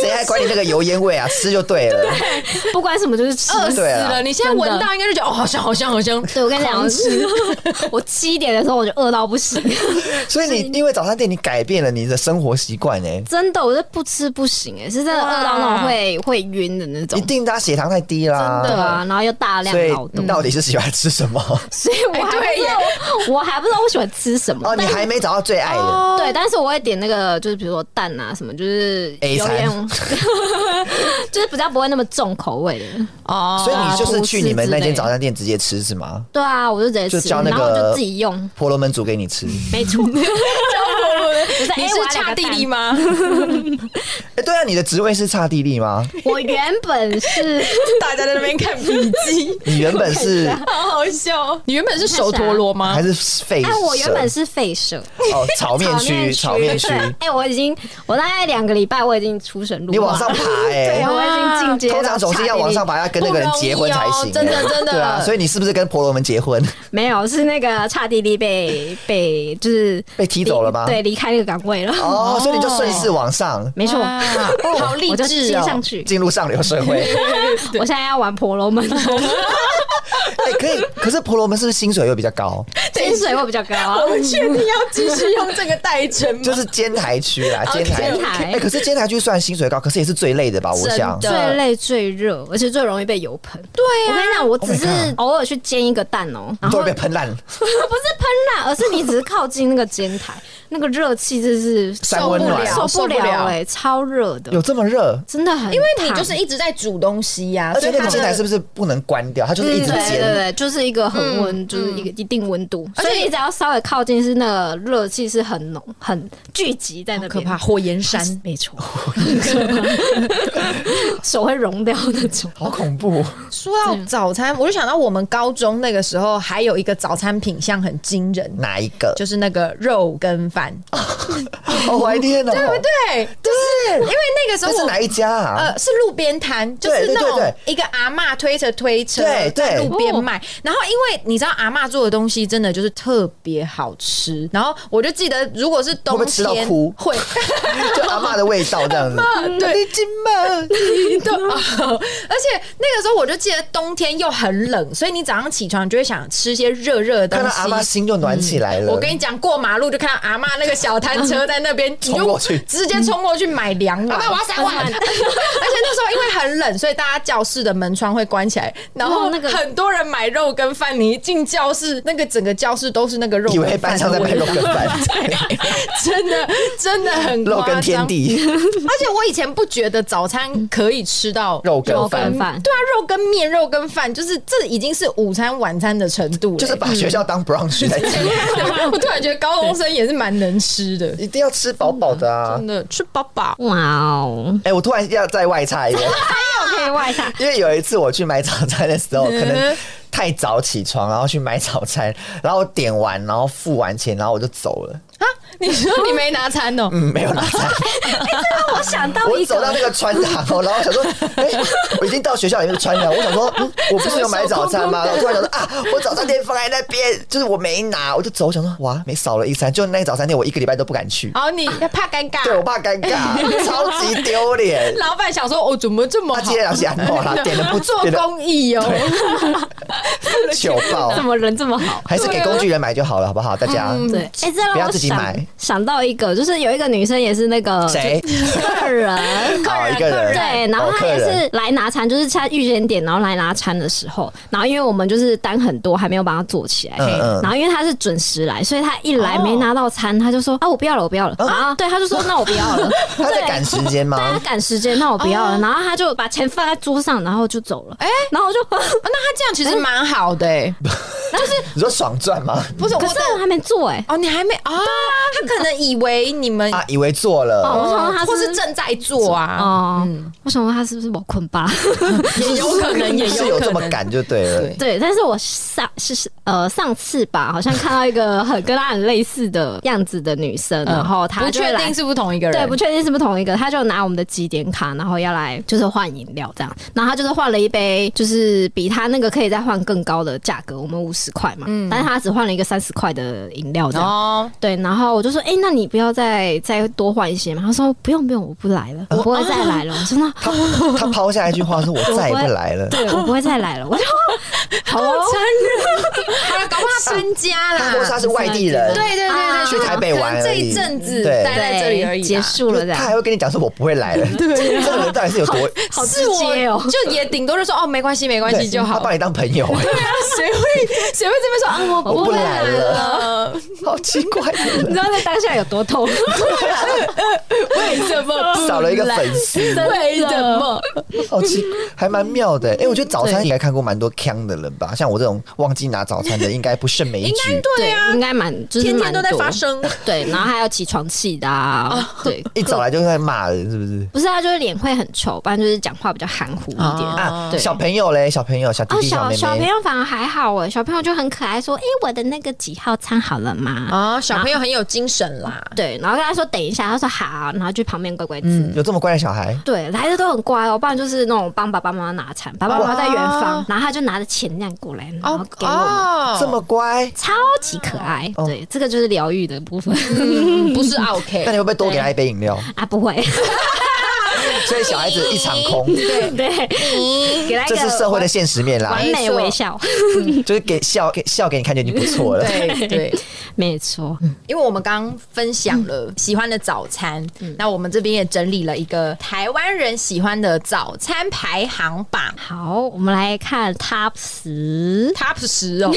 谁还管你那个油烟味啊？吃就对了。
不管什么就是吃。
饿死
对啊
了！你现在闻到应该就觉得哦，好香，好香，好香。
对，我跟你讲，我吃 我七点的时候我就饿到不行，
所以你因为早餐店，你改变了你的生活习惯哎。
真的，我是不吃不行哎、是真的饿到那种会会晕的那
一
种。
定，他血糖太低啦。
对啊，然后又大量
所以
劳动
你，到底是喜欢 吃什么？
所以我还不
哎对
知
耶
道，我还不知道我喜欢吃什么
哦，。你还没找到最爱的。
对，但是我会点那个，就是比如说蛋啊什么，就是
A
有
餐
点， 就是比较不会那么重口味的。
哦
所以你就是
吐司
去你们那
啊之类
间
的
早餐店直接吃是吗？
对啊，我就直接
就
吃，
叫那
然后我
个
就自己用，
婆罗门煮给你吃。
没错。你
你是差地利？吗？
哎，对啊，你的职位是差地利吗？
我要两个蛋我原本 是
大家在那边看笔记，
你原本是
好好笑。你原本是手陀螺吗
还？是废？
哎，我原本是废社，
哦，炒 面区，炒面区
对，哎，我已经，我大概两个礼拜我已经出神入化，
你往上爬哎
对，。啊我已经进阶到
通常总是要往上爬，要跟那个人结婚才
不容易
行、
哦真的真的
对啊，所以你是不是跟婆罗门结婚？
没有，是那个差弟弟被被就是
被踢走了吗
对，离开那个岗位了。
哦，所以你就顺势往上，
没错，
哇好励
我就
志
接上
哦！
去。
进入上流社会。
我现在要玩婆罗门，
哎、可以，可是婆罗门是不是薪水又比较高？
薪 水会比较高啊。
们确定要继续用这个代称吗
就是监台区啦，监台。
监台
哎、可是监台区虽然薪水高，可是也是最累的吧？我想
真。的
最累、最热，而且最容易被油喷。对啊我跟你讲，我只是
Oh my
偶尔去煎一个蛋哦、然
你
后
都
不
会
是
被喷烂，
喷啦，而是你只是靠近那个煎台， 那个热气真是
三温暖
受不
受不了欸
了哎、超热的
有，这么热？
真的很烫。
因为你就是一直在煮东西呀，
而且
所以
啊那
它
个监台是
的
不是不能关掉？它就是一直
嗯对对
煎。
对，就是一个恒温，就是一个一定温度，嗯
而
所
且
以你只要稍微靠近，是那个热气是很浓、很聚集在那边，
可怕，火焰山。
没错，手会融掉那 种。
好恐怖！
说到早餐，我就想到我们高中那个时候还有一个早餐品相很惊人，
哪一个？
就是那个肉羹饭。
哦好怀念哦！对不对？
对，就是因为那个时候
这是
我
哪一家啊？
呃，是路边摊，就是
对对
那
对
种
对
一个阿嬷推着推车
对对
在路边卖。然后因为你知道阿嬷做的东西真的就是特别好吃，然后我就记得如果是
会不
冬
会吃到
天
哭 啊
会
就阿嬷的味道这样子。
对
你进门，
对， 而且那个时候我就记得冬天又很冷，所以你早上起床就会想吃些热热的
看
东
到阿妈
西。
心就暖起来了。
嗯我跟你讲，过马路就看到阿嬷那个小摊车在那 边，你
冲
就
过去
直接冲过去买凉碗。
要三碗，
而且那时候因为很冷，所以大家教室的门窗会关起来，然后
哇哦那个
很多人买肉跟饭。你一进教室，那个整个教室都是那个肉
以
跟
为
饭
班
的
上在卖
味
肉
道，
羹饭，
真的真的很
肉
夸
羹
张。
天 地，
而且我以前不觉得早餐可以吃到
肉羹饭
肉羹，饭
对啊，肉跟面、肉跟饭，就是这已经是午餐、晚餐的程度了。
就是把学校当 brunch 在吃，
嗯我突然觉得高中生也是蛮能吃的，
一定要吃饱饱的啊
真！的吃饱饱。
哇哦，
哎，我突然要再外插一个，
可以外带。
因为有一次我去买早餐的时候，可能太早起床，然后去买早餐，然后我点完，然后付完钱，然后我就走了。
啊，你说你没拿餐哦、
嗯，没有拿菜。
让我想到
我
一
走到
个
那，个穿堂哦，然 后想说，哎、我已经到学校里面的穿堂，我想说，嗯我不是有买早餐吗？然后我突然想说啊，我早餐店放在那边，就是我没拿，我就走，想说哇，没少了一餐，就那个早餐店我一个礼拜都不敢去，
啊
然后哦你啊怕尴尬，
对我怕尴 尬，超级丢脸。
老板想说，我、怎么这么
他
好
今？天良心 很好啦，点的不
做
点的
公益哦、
糗爆，
怎么人这么好？
还是给工具人买就好了，好不好？大家
对，哎、这
嗯不
让
要
我
自己
想
买
想到一个，就是有一个女生也是那个
谁？
客人。
好一个
客
人，
对，然后
哦
她
客
也
人
是来拿餐，就是她预先点，然后来拿餐的时候，然后因为我们就是单很多，还没有把它做起来，
嗯嗯
然后因为她是准时来，所以她一来
哦
没拿到餐，她就说啊我不要了，我不要了
嗯
啊，对，她就说那我不要 了，
他在赶时间
对她
吗？
赶时间，那我不要
嗯
了，然后她就把钱放在桌上，然后就走了，哎，然后我就，
啊那他这样其实蛮好的、欸，
嗯你说爽赚吗？
不是我
可是
的
我还没做哎、
哦，你还没啊？他可能以为你们
啊，以嗯为做
哦
了，
我想说他是
或是正在做啊，
哦，我想问她是不是我困吧？
也有可能，也
是有这么赶就对了。
对
对，但是我上是是呃上次吧，好像看到一个很跟她很类似的样子的女生，然后她
不
就
确
来
定是不是同一个人，
对，不确定是不是同一个，她就拿我们的几点卡，然后要来就是换饮料这样，然后她就是换了一杯，就是比她那个可以再换更高的价格，我们五十块嘛，但是她只换了一个三十块的饮料这样。
哦，
对，然后我就说，哎、那你不要再再多换一些嘛。她说不用不用，我不来了，我不会再来了。我说那
他他抛下一句话说：“我再也不来了。”
对我不会再来了。我就好哦，
好了，搞不好他搬家
他说
啦。
他是外地人，
对对对
啊
对，
去
台北玩
可能这
而
一
已
阵子
对
待在这里而已啦，
结束了这
他
样。
还会跟你讲说我不会来了，
啊
对，这个人到底是 有多
好直
是
接
我
哦，
就也顶多就说哦，没关系，没关
对
系就好
他。把你当朋友，
谁会谁会这边说啊？ 我
我不来了，
呃，
好奇怪的
你知
人，
道在当下有多痛？
为什么不
少了一个粉丝，
为什么？
好奇，还蛮妙的。哎，我觉得早餐应该看过蛮多坑的人吧，像我这种忘记拿早餐的，应该不胜枚
应该
举。
对啊，
应该蛮，就是
天天
蛮
都在
多
发。生。
对，然后还有起床气的啊，对，
一早来就在骂人，是不是？
不是他就是脸会很臭，不然就是讲话比较含糊一
哦
点。
啊，
对
小朋友嘞，小朋友，小弟
哦，
弟、
小
妹
小朋
妹，
友反而还好哎，小朋友就很可爱，说：“哎，我的那个几号餐好了吗
啊，小朋友很有精神啦？”。
对，然后跟他说等一下，他说好，然后去旁边乖乖吃。
有这么乖的小孩？
对，来的都很乖哦，不然就是那种帮爸爸妈妈拿餐，爸爸妈妈在远方
哦，
然后他就拿着钱那样过来，然后给我们。
这么乖，
超级可爱。
哦
对，这个就是疗愈的部分
嗯不是
那
OK，
你会不会多给他一杯饮料？
啊，不会，
所以小孩子一场空，
对，给他一
这
个
是社会的现实面啦
完。美微笑，
就是给笑给笑给你看就已经不错了。
对对，
没错，
因为我们刚分享了喜欢的早餐，
嗯
那我们这边也整理了一个台湾人喜欢的早餐排行榜
好，我们来看 Top 十
top 十哦。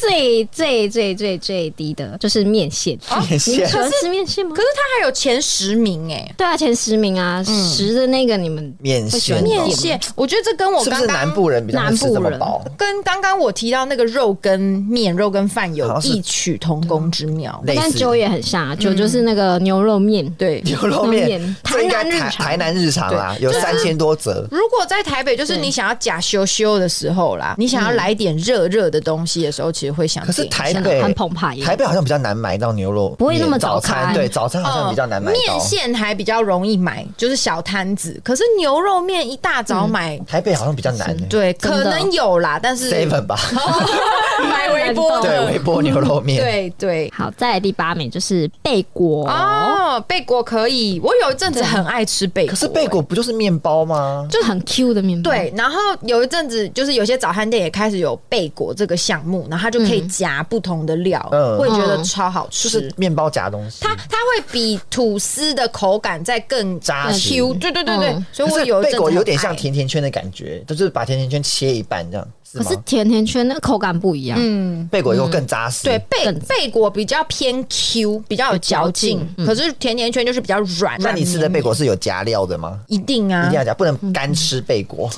最最最最最低的就是面线。
面
你们
线
喜欢吃面线吗
可？是它还有前十名哎，
对啊，前十名啊，十的那个你们
面
会喜
线
欢
哦，
面线，我觉得这跟我
是不
刚
是南
刚
部人比较会吃这么饱？
跟刚刚我提到那个肉跟面、肉跟饭
好
有
像是啊
异曲同工之妙。
类
但
似
酒也很像啊，酒就是那个牛肉面。
对，
牛肉
牛肉
面
面，
这应该
台南日
台
常
台南日常啦，有三千多折。
如果在台北，就是
对
你想要假羞羞的时候啦，你想要来点热热的东西的时候，其实会想
嗯可是
点
台
像
北
很澎湃耶
台北好像比较难买到牛肉面，
不会那么
早
早哦开
餐，对早餐好像比较难买到
呃面。线还比较容易买，就是小摊子。可是牛肉面一大早
嗯
买，
台北好像比较难欸
对，
真
可
的
能有啦，但是
，seven 吧，
哦
买微 波
对
的
微，波牛肉面，
对对。
好，再来第八名就是贝果。
哦，贝果可以，我有一阵子很爱吃贝果，
可是贝果不就是面包吗？
就很 Q 的面包，
对，
嗯
然后有一阵子就是有些早餐店也开始有贝果这个项目，然后它就可以夹不同的料，
嗯
我也觉得
嗯
超好吃。
就是面包夹东西，
它它会比吐司的口感再更
扎实
Q，对对对对，
嗯
所以
可
我
是
有一阵
贝
子
果
很
有点像
爱
甜甜圈的感觉，就是把甜甜圈切一半这样，是
可是
吗？
甜甜圈那口感不一样。
嗯
贝果又更扎实，
对贝
更
贝果比较偏 Q，比较有嚼
有嚼，
劲
劲嗯
可是甜甜圈就是比较软。
那你吃的
软绵
贝果是有夹料的吗？
一定
一
啊
定，要夹，不能干吃贝果。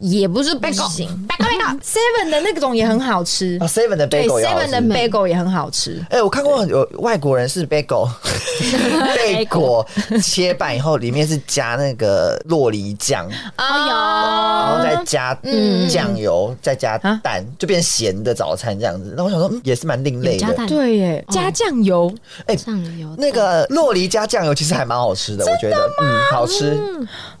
也不是不行，Seven 的那种也很好吃
啊。，Seven 的
嗯对
bagel 也好
，Seven
吃
的 bagel 也很好吃。
哎、我看过有外国人 是 bagel，贝果切半以后，里面是加那个洛梨酱，然后
啊，
再加酱油，再加蛋，就变咸的早餐这样子。那我想说，嗯也是蛮另类
有加
的。
蛋
对耶，加酱油，
上游
那个洛梨加酱油其实还蛮好吃的，我觉得，嗯，好吃。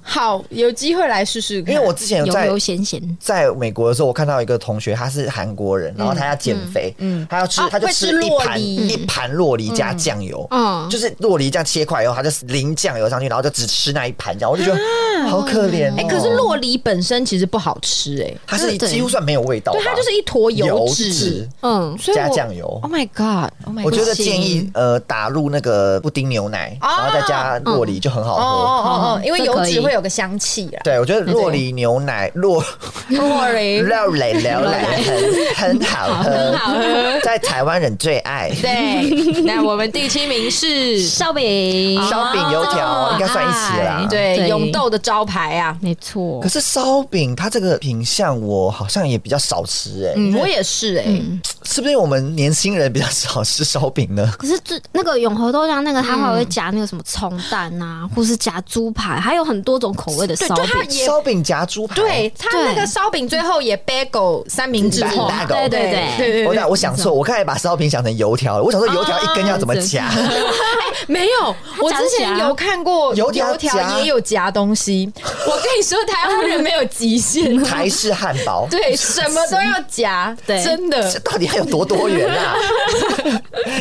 好，有机会来试试看。
因为我之前有
油
在
油咸咸，
在美国的时候，我看到一个同学，他是韩国人，然后他要减肥，嗯，他要吃
啊，
他就
会吃
吃一
洛
盘
梨
一盘洛梨加酱油，
嗯
就是洛梨酱切块以后，他就淋酱油上去，然后就只吃那一盘，这样我就觉得好可怜哦。
哎，可是洛梨本身其实不好吃，哎，
它是
对
几乎算没有味道吧，
对，它就是一坨
油
脂。
脂
嗯，
所以我
加酱油
Oh my God！Oh my God！
我觉得
行
建议呃打入那个布丁牛奶，然后再加洛梨就很好
哦
喝。
哦哦，因为
这
油
可以
脂会有个香气 啦。
对，我觉得洛梨牛奶洛
洛梨
洛梨牛 奶很很好喝，
好喝。
在台湾人最爱。
对，那我们第七名是
烧饼，
烧饼、油条
哦
应该算一起啦。
哎
对
对
永豆的招牌啊。
没错
可，是烧饼它这个品相我好像也比较少吃哎、
嗯，我也是哎，
是不是因为我们年轻人比较少吃烧饼呢？
可是这那个永和豆浆那个，它还会加那个什么葱蛋
嗯
啊，或是夹猪排，还有很多种口味的烧
对，就
饼
它。 也
烧饼夹猪排，
对，它那个烧饼最后也 bagel 三明治化，
bagel
对对
对
对
对
我
对，
想我想错，我刚才把烧饼想成油条了。我想说油条一根要怎么
哦
夹？
没有，我
夹
之
着
前
夹
有看过
油条夹
条也有夹东西，我跟你 说，台湾人没有极限，
台式汉堡，
对，什么都要夹，
对
真的
这到底还有多多元啊？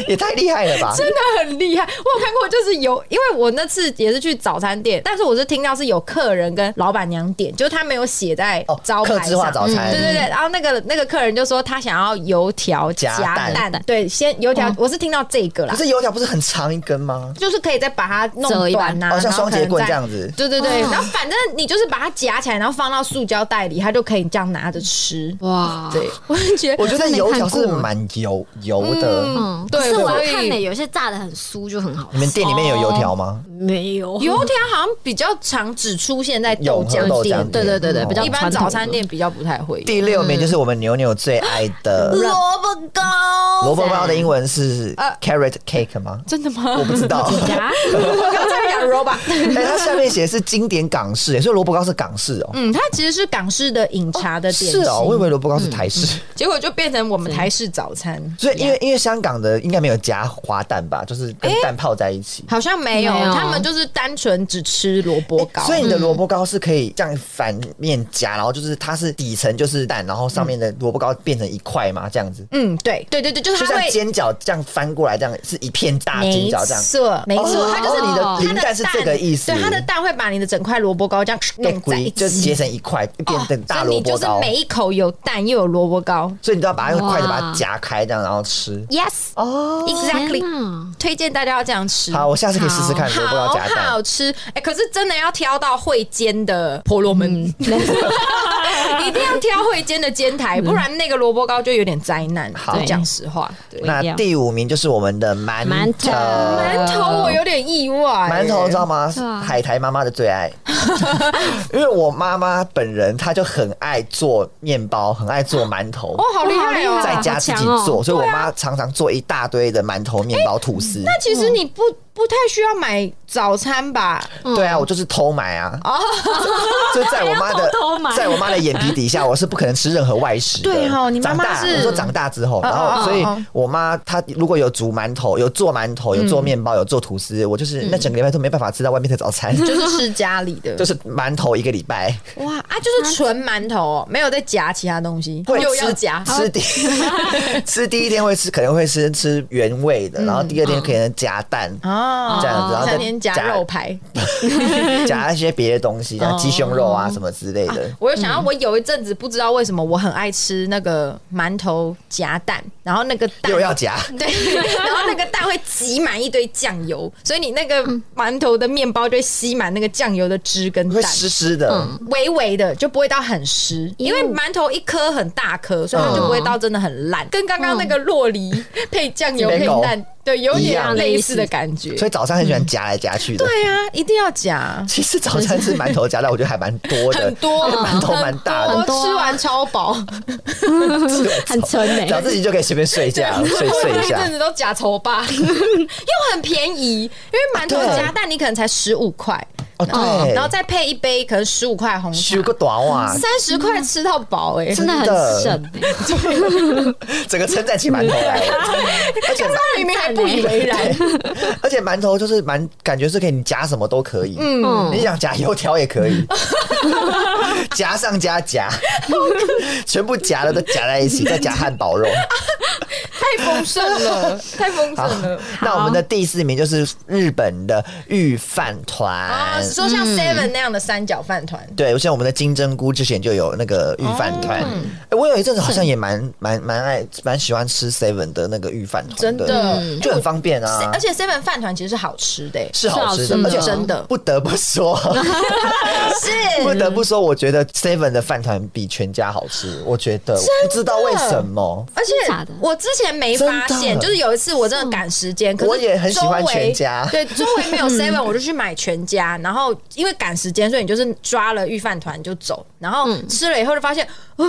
也太厉害了吧！
真的很厉害。我有看过，就是有，因为我那次也是去早餐店，但是我是听到是有客人跟老板娘点，就是他没有写在
哦
招
客
牌
制化
上。
早餐，嗯
对对对，然后那个那个客人就说他想要油条
夹蛋
对，先油条，我是听到这个啦
可，是油条不是很长一根吗？
就是可以再把它
折
弄
一半
短呐、啊
哦，
然
像
后
双
可
节
能
棍
再
这样子。
对对对，
哦
然后反正你就是把它夹起来，然后放到塑胶袋里，它就可以这样拿着吃。
嗯哇，
对，我就觉得
我觉得
真没
油条是
看过
蛮油油的。
嗯，
对
可是我要
所以
看的有些炸的很酥就很好
你们
吃，
店里面有油条吗？
没有
油条好像比较常只出现在豆
永和
浆
豆浆
店，
店
对对对对，
哦
比较一般
传统的
早餐店比较不太会。
第六名就是我们牛牛最爱的
萝卜糕，
萝卜糕的英文是
呃
carrot cake 吗？
真的吗？
我 不知道。
夹，
我刚才讲萝卜，
哎，它下面写的是经典港式欸耶，所以萝卜糕是港式哦。
嗯，它其实是港式的饮茶的点
是
心，
哦，嗯我以为萝卜糕是台式，
结果就变成我们台式早餐，
所以因为因为香港的应该没有加滑蛋吧，就是跟蛋泡在一起。
好像没有，
没有
他们就是单纯只吃萝卜糕，
所以你的萝卜糕是可以这样反面夹，然后就是它是底层就是蛋，然后上面的萝卜糕变成一块嘛，这样子，
嗯，对对对对，就是
就
它
像
会
煎饺这样翻过来，这样是一片大煎饺这样
没。错，没错，
哦
它就是
你的
它
零蛋是这个意思
对，它的蛋会把你的整块萝卜糕这样弄在一
就
起
结。成一哦块，变成大
所以
萝
你就
卜
是
糕，
每一口有蛋又有萝卜糕
所以你都要把它用筷子把它
哇
夹开，这样然后吃。
，yes，
哦，
exactly，
天哪
推荐大家要这样吃。
好，我下次可以试试看萝卜
好
糕夹蛋
好。吃，哎、可是真的要挑到会煎的婆罗门，
嗯
一定要挑会煎的煎台，不然那个萝卜糕就有点灾难。
好
就讲实话，对
我
那
一样
第五名就是我们的馒
馒
头嗯
头，
馒头我有点意外、
馒头知道吗？
对啊
海苔妈妈的最 爱，因为我妈妈本人她就很爱做面包，很爱做馒头。
哦，好厉害哦！
哇好厉害
在家自己
好强
做，
哦
所以我妈常常做一大堆的馒头、面包、吐司。
那其实你不不太需要买早餐吧？
对啊，我就是偷买啊！
嗯哦，
就在我妈的
还要偷偷买
在我妈的眼皮底下，我是不可能吃任何外食的。
对哦你妈妈
长大
是
我说长大之后，然
哦哦
后所以
哦
我妈她如果有煮馒头、有做馒
嗯
头、有做面包、有做吐司，我就是那整个礼拜都没办法吃到外面的早餐，
就是吃家里的，
就是馒头一个礼拜。
哇啊，就是纯馒头、哦，没有再夹其他东西，
会
又
吃
要夹。
吃第吃第一天会吃，可能会吃吃原味
嗯
的，然后第二天可能夹蛋，
哦
这样子然后再
三天夹
夹
肉排。嗯
夹一些别的东西，像鸡胸肉
哦
啊什么之类的。
我又想到，我有一阵子不知道为什么我很爱吃那个馒头夹蛋，然后那个啊蛋
又要夹，
对，然后那个蛋会挤满一堆酱油，所以你那个馒头的面包就会吸满那个酱油的汁跟
会
蛋，
湿湿的。
微微的就不会到很湿，因为馒头一颗很大颗，所以它就不会到真的很烂，跟刚刚那个洛梨配酱油
嗯
嗯配蛋。对，有
一
点
样的
类
意
似
思
的感觉。
所以早餐很喜欢夹来夹去的。
对啊，一定要夹，
其实早餐吃馒头夹到，我觉得还蛮多的，
很多啊
馒头蛮大的，
很多啊
吃完超饱，
很沉诶、
早自己就啊可以随便睡一觉，睡
我
睡
那
一
一
下
阵。子都夹愁 吧，又很便宜，因为馒头
对
夹蛋你可能才十五块，
哦，对，
然后再配一杯可能十五块红茶
修，个短袜，
三十块吃到饱哎，
真的很省诶、
欸整个撑在起馒头来，而且馒
明明还不以为然，
对而且馒头就是蛮感觉是可以你夹什么都可以，
嗯
你想夹油条也可以，夹上加夹，全部夹了都夹在一起，再夹汉堡肉。
太丰盛了，太丰盛了。
那我们的第四名就是日本的御饭
啊，
团。
说像 Seven 那样的三角饭团，
对，像我们的金针菇之前就有那个御饭团，
哦
哎我有一阵子好像也蛮蛮蛮爱蛮喜欢吃 Seven 的那个御饭团
真的嗯
就很方便啊，
而且 Seven 饭团其实是好吃的欸，
是好吃的，
是好吃的嗯
而且
真的
不得 不说，不
是
得不说，我觉得 Seven 的饭团比全家好吃，我觉得我不知道为什么。
而且
真的假的
我之前没发
真
现，
的
就是有一次我真的赶时间，可是
我也很喜欢
周围
全家
对，周围 没有 seven，我就去买全家，然后因为赶时间，所以你就是抓了御饭团就走，然后
嗯
吃了以后就发现，呃，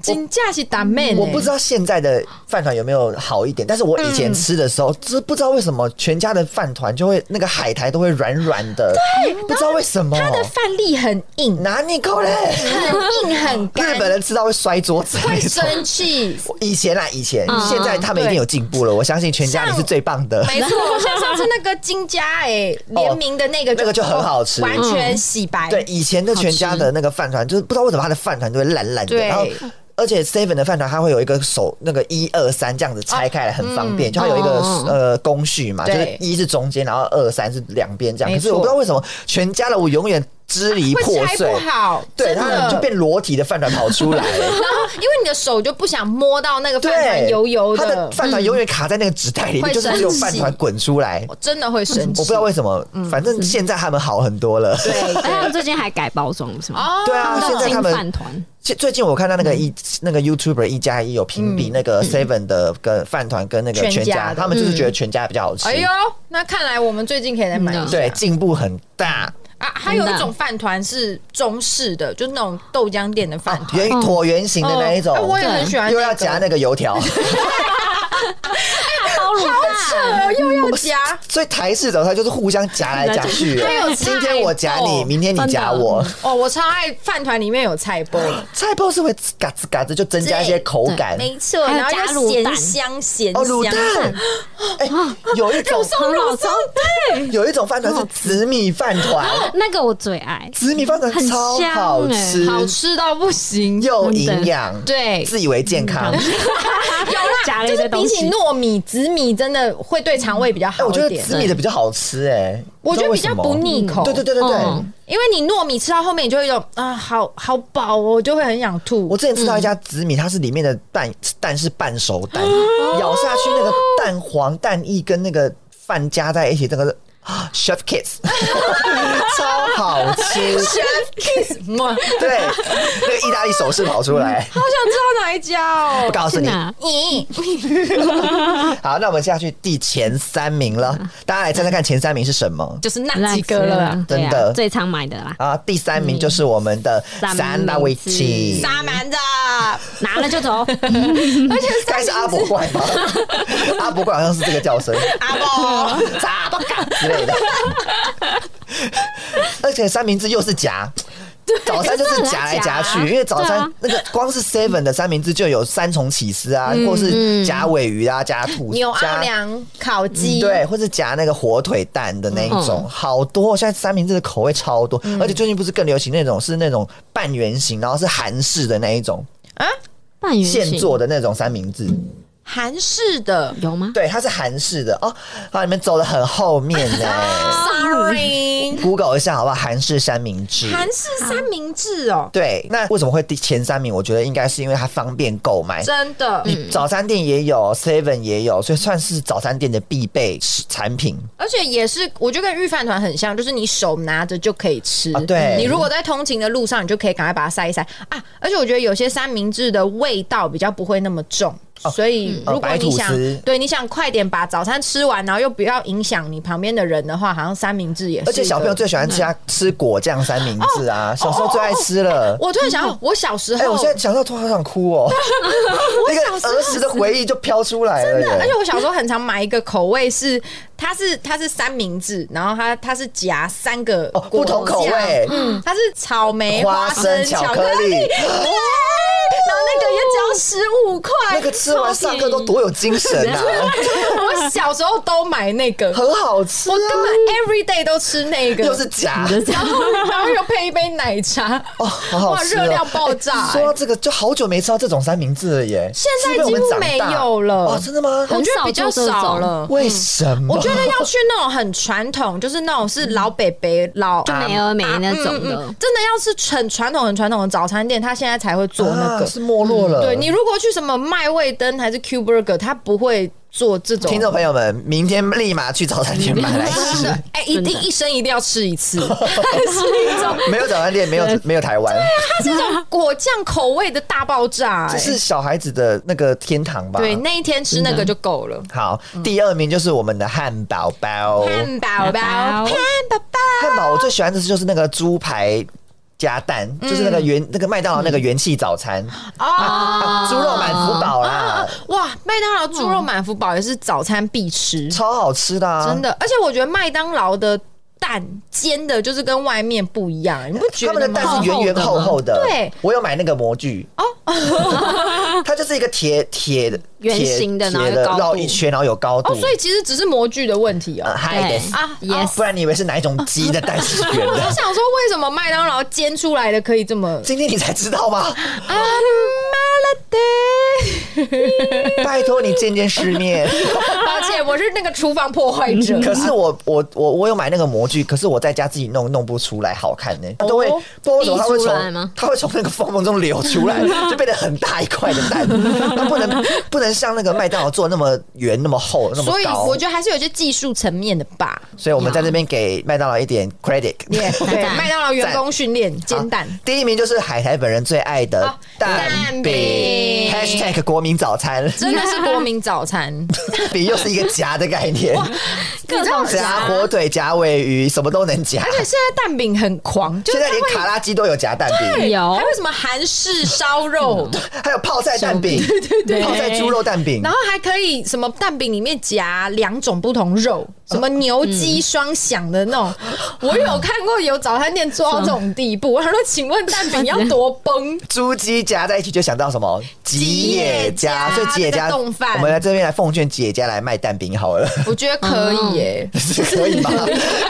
金价是打妹，
我不知道现在的饭团有没有好一点，但是我以前吃的时候，这、不知道为什么全家的饭团就会那个海苔都会软软的，对，不知道为什么。
它的饭粒很硬，
哪里够嘞？
很硬很干
日，本人吃到会摔桌子那
会
种。
生气。
以前啊，以前，
嗯
现在他们一定有进步了。我相信全家你是最棒的。
没错，像上次那个金家哎联名的那个，
哦那个就很好吃
完全洗白。
对，以前的全家的那个饭团，就是不知道为什么他的饭团都会烂烂的，
对
然后。而且 Seven 的饭团，它会有一个手那个一二三这样子拆开来，很方便。就它有一个
哦
呃工序嘛，就
嗯对
是一是中间，然后二三是两边这样。
没
可
错
是我不知道为什么全家的我永远支离
会
破
拆
碎
不，好，
对，
真的
它就变裸体的饭团跑出来。
然后因为你的手就不想摸到那个饭团
对，
油油
它的
的，嗯
饭团永远卡在那个纸袋里面，
会
就是只有饭
生
团
气
滚出来。
我真的会生
我不
气嗯
知。道为什么，反正现在他们好很多了。
对
而且他们最近还改包装是吗？
哦
对啊，现在他
金
们
饭团，
最最近我看到
嗯
那个一、那个 YouTuber 一加一有评比那个 Seven 的跟饭团跟那个
全
全
家
家，
的
他们就是觉得全家比较好吃。
哎呦，那看来我们最近可以来买一下。
嗯
对，进步很大。
啊，还有一种饭团是中式的，就是那种豆浆店的饭团。
圆椭圆形的啊那一种，
哦哎我也很喜欢那个
又要夹那个 油条，
包容大，
呃，又要夹，
所以台式早餐就是互相夹来夹去。啊
还有菜
今天我夹你，
哦
明天你夹我，
哦，我超爱饭团里面有菜包，
菜包是会嘎吱嘎吱，就增加一些口感。
没错，
还有
然
加
后又
卤
咸
蛋
香咸
哦，卤
香，
蛋，哎，
啊
有一种
很好吃。哦
有一种饭
哦
团是紫米饭团，
那个我最爱，
紫米饭团
很
超好
香哎
吃，
欸好吃到不行。
又营养，
对，嗯
自以为健康。
加了
就
一堆
是比
东
起
西。
糯米、紫米，真的会对肠胃比较
哎，
好
我觉
一
得
点。
紫米的比较好吃哎，
我觉得比较
不知道
不
为什么。
腻口。
对对对对对
嗯，
因为你糯米吃到后面，你就会有啊，好好饱哦，就会很想吐。
我之前吃到一家紫米，它是里面的蛋蛋是半熟蛋，
哦
咬下去那个蛋黄蛋液跟那个饭加在一起，这个啊 chef kiss 超好吃。
kiss 好想
对，那个意大利手势跑出来，
知道哪一家
不
哦。
告诉你。
哪
咦，
好，那我们下去第前三名了，
嗯
大家来猜猜看前三名是什么？
就是
很
那
爱
几
吃
个了
啦，，对啊
真的
最常买的啦，
啊，第三名就是我们的
嗯三
三拉
明
维
治
奇，
沙蛮的，
拿了就 走。
而且
该是阿伯怪 吧？阿伯怪好像是这个叫声，
阿伯，
咋不敢之 类的。而且三明治又是夹，早餐就是夹来夹
真的很难
去，
夹啊
因为早
对
餐
啊
那个光是 seven 的三明治就有三重起司啊，
嗯
或是夹尾鱼啊、夹吐
牛奥
夹。
良烤鸡，
嗯对，或是夹那个火腿蛋的那一种，好多。现在三明治的口味超多，而且最近不是更流行那种是那种半圆形，然后是韩式的那一种
啊，
半圆
现
形
做的那种三明治。
韩式的。
有吗？
对，它是韩式的哦。啊，你们走的很后面呢、
Sorry，
Google 一下好不好？韩式三明治。
韩式三明治哦，
对，那为什么会第前三名？我觉得应该是因为它方便购买。
真的。
你早餐店也有，Seven 也有，所以算是早餐店的必备食产品。
而且也是，我觉得跟御饭团很像，就是你手拿着就可以吃。
啊对
你如果在通勤的路上，你就可以赶快把它塞一塞啊！而且我觉得有些三明治的味道比较不会那么重，所以
呃
如果
白
你
吐
想
司
对你想快点把早餐吃完，然后又不要影响你旁边的人的话，好像三明治也是一个。嗯哦
而且小朋友最喜欢吃啊吃果酱三明治啊，小时候最爱吃了。
我突然想到，我小时
哎，
候
我现在想到突然好想哭 哦，那个儿时的回忆就飘出来了耶。
而且我小时候很常买一个口味是，它是它是三明治，然后它它是夹三个
哦不同口味
嗯，它是草莓、
花生、巧
巧
克力，
然后那个也只要十五块。
那 个吃完上课都多有精神 啊，
我小时候都买那个，
很好吃啊
我，根本 every day 都吃那个，
又是假的
然后然后又配一杯奶茶。
哦，好好吃哦，
哇热量爆炸欸
哎说到这个，就好久没吃到这种三明治了耶，
现在
是不是我们
几乎
长大
没有了
哦，真的吗？
我觉得比较少了。
为什么？啊
我觉得要去那种很传统，就是那种
嗯
是老北北老
就美而美那种
嗯
的。
真的要是很传统、很传统的早餐店，他现在才会做那个。嗯
啊是没落了。
对你如果去什么麦味登还是 Q Burger，他不会做这种。
听众朋友们，明天立马去早餐店买来
真
吃
的，，哎、一
真
定
的
一生一定要吃一次，是一种
没有早餐店，没有没有台湾，
这种果酱口味的大爆炸、
这
哎
是小孩子的那个天堂吧？
对，那一天吃那个就够了。
好，第二名就是我们的汉堡包，
汉堡
汉
包，
堡
汉堡包，
汉堡我最喜欢的是就是那个猪排加蛋，就是那个元那个麦当劳那个元气早餐，
哦，
啊猪肉满福堡啦，
哇，麦当劳猪肉满福堡也是早餐必吃，
超好吃的啊，
真的。而且我觉得麦当劳的蛋煎的，就是跟外面不一样，你不觉
他们
得
的
吗？
蛋是圆圆厚厚的，
对
我有买那个模具哦， 它就是一个铁铁的
圆形的
铁
然后
铁
有
的
高度
绕一圈，然后有高度，
哦，所以其实只是模具的问题哦
呃。嗨
对
的
啊
，yes，
不然你以为是哪一种鸡的蛋是圆
我
的？
想说，为什么麦当劳煎出来的可以这么？
今天你才知道吗？
啊，Melody，
拜托你见见世 面。
抱歉，我是那个厨房破坏者。
可是我我我我有买那个模具，可是我在家自己弄弄不出来好看呢、它都会
哦
不知道为
滴出
什么它会
来
从
吗
它会从那个缝缝中流出来，就变得很大一块的蛋，它不能不能像那个麦当劳做那么圆、那么厚、那么高。
所以我觉得还是有一些技术层面的吧。
所以我们在这边给麦当劳一点 credit。
耶， 对，
赞
麦当劳员工训练煎蛋。
好第一名就是海苔本人最爱的
啊
蛋
蛋
饼
饼
，#hashtag 国民早餐，
真的是国民早 餐，
饼又是一个夹的概念，
各种
夹火腿、夹尾鱼，什么都能夹
而。且现在蛋饼很狂，就
现
是
在连卡拉鸡都有夹蛋饼，
有
还有什嗯么韩式烧 肉，
还有泡菜蛋 饼，对对
对
泡菜猪肉蛋饼
然。后还可以什么蛋饼里面夹两种不同肉，什么牛鸡双响的那 种。我有看过有早餐店做到这种地 步，我想说，请问蛋饼要多 崩？
猪鸡夹在一起就想到什么吉野家，
吉野家
所以吉野家，
那个冻饭
我们来这边来奉劝吉野家来卖蛋饼好了，
我觉得可以耶、
是 可以吗？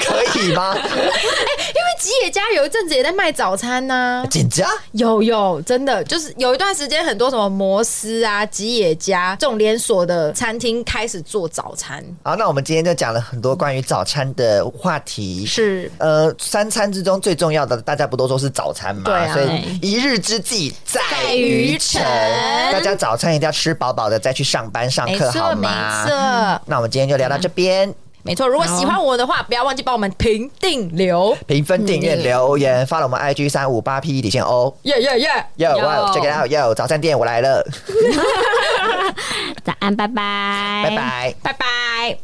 可以吗？
因为吉野家有一阵子也在卖早餐啊呐、
紧张。
有有，真的就是有一段时间，很多什么摩斯啊、吉野家这种连锁的餐厅开始做早餐，
好，那我们今天就讲了很多关于早餐的话题。
是
呃，三餐之中最重要的，大家不都说是早餐嘛？
对啊
所以
对
一日之计在
在
于
于
晨
晨，
大家早餐一定要吃饱饱的再去上班上
没
课，好
错没
吗？
错
那我们今天就聊到这边，
没错。如果喜欢我的话，不要忘记帮我们评定留，
评分、订阅、留言，发了我们 IG 三五八 P E 底线 O。
耶耶耶！
Yo,
Yo
wow, check it out, yo！早餐店我来了，
早安，拜拜，
拜拜。
拜拜。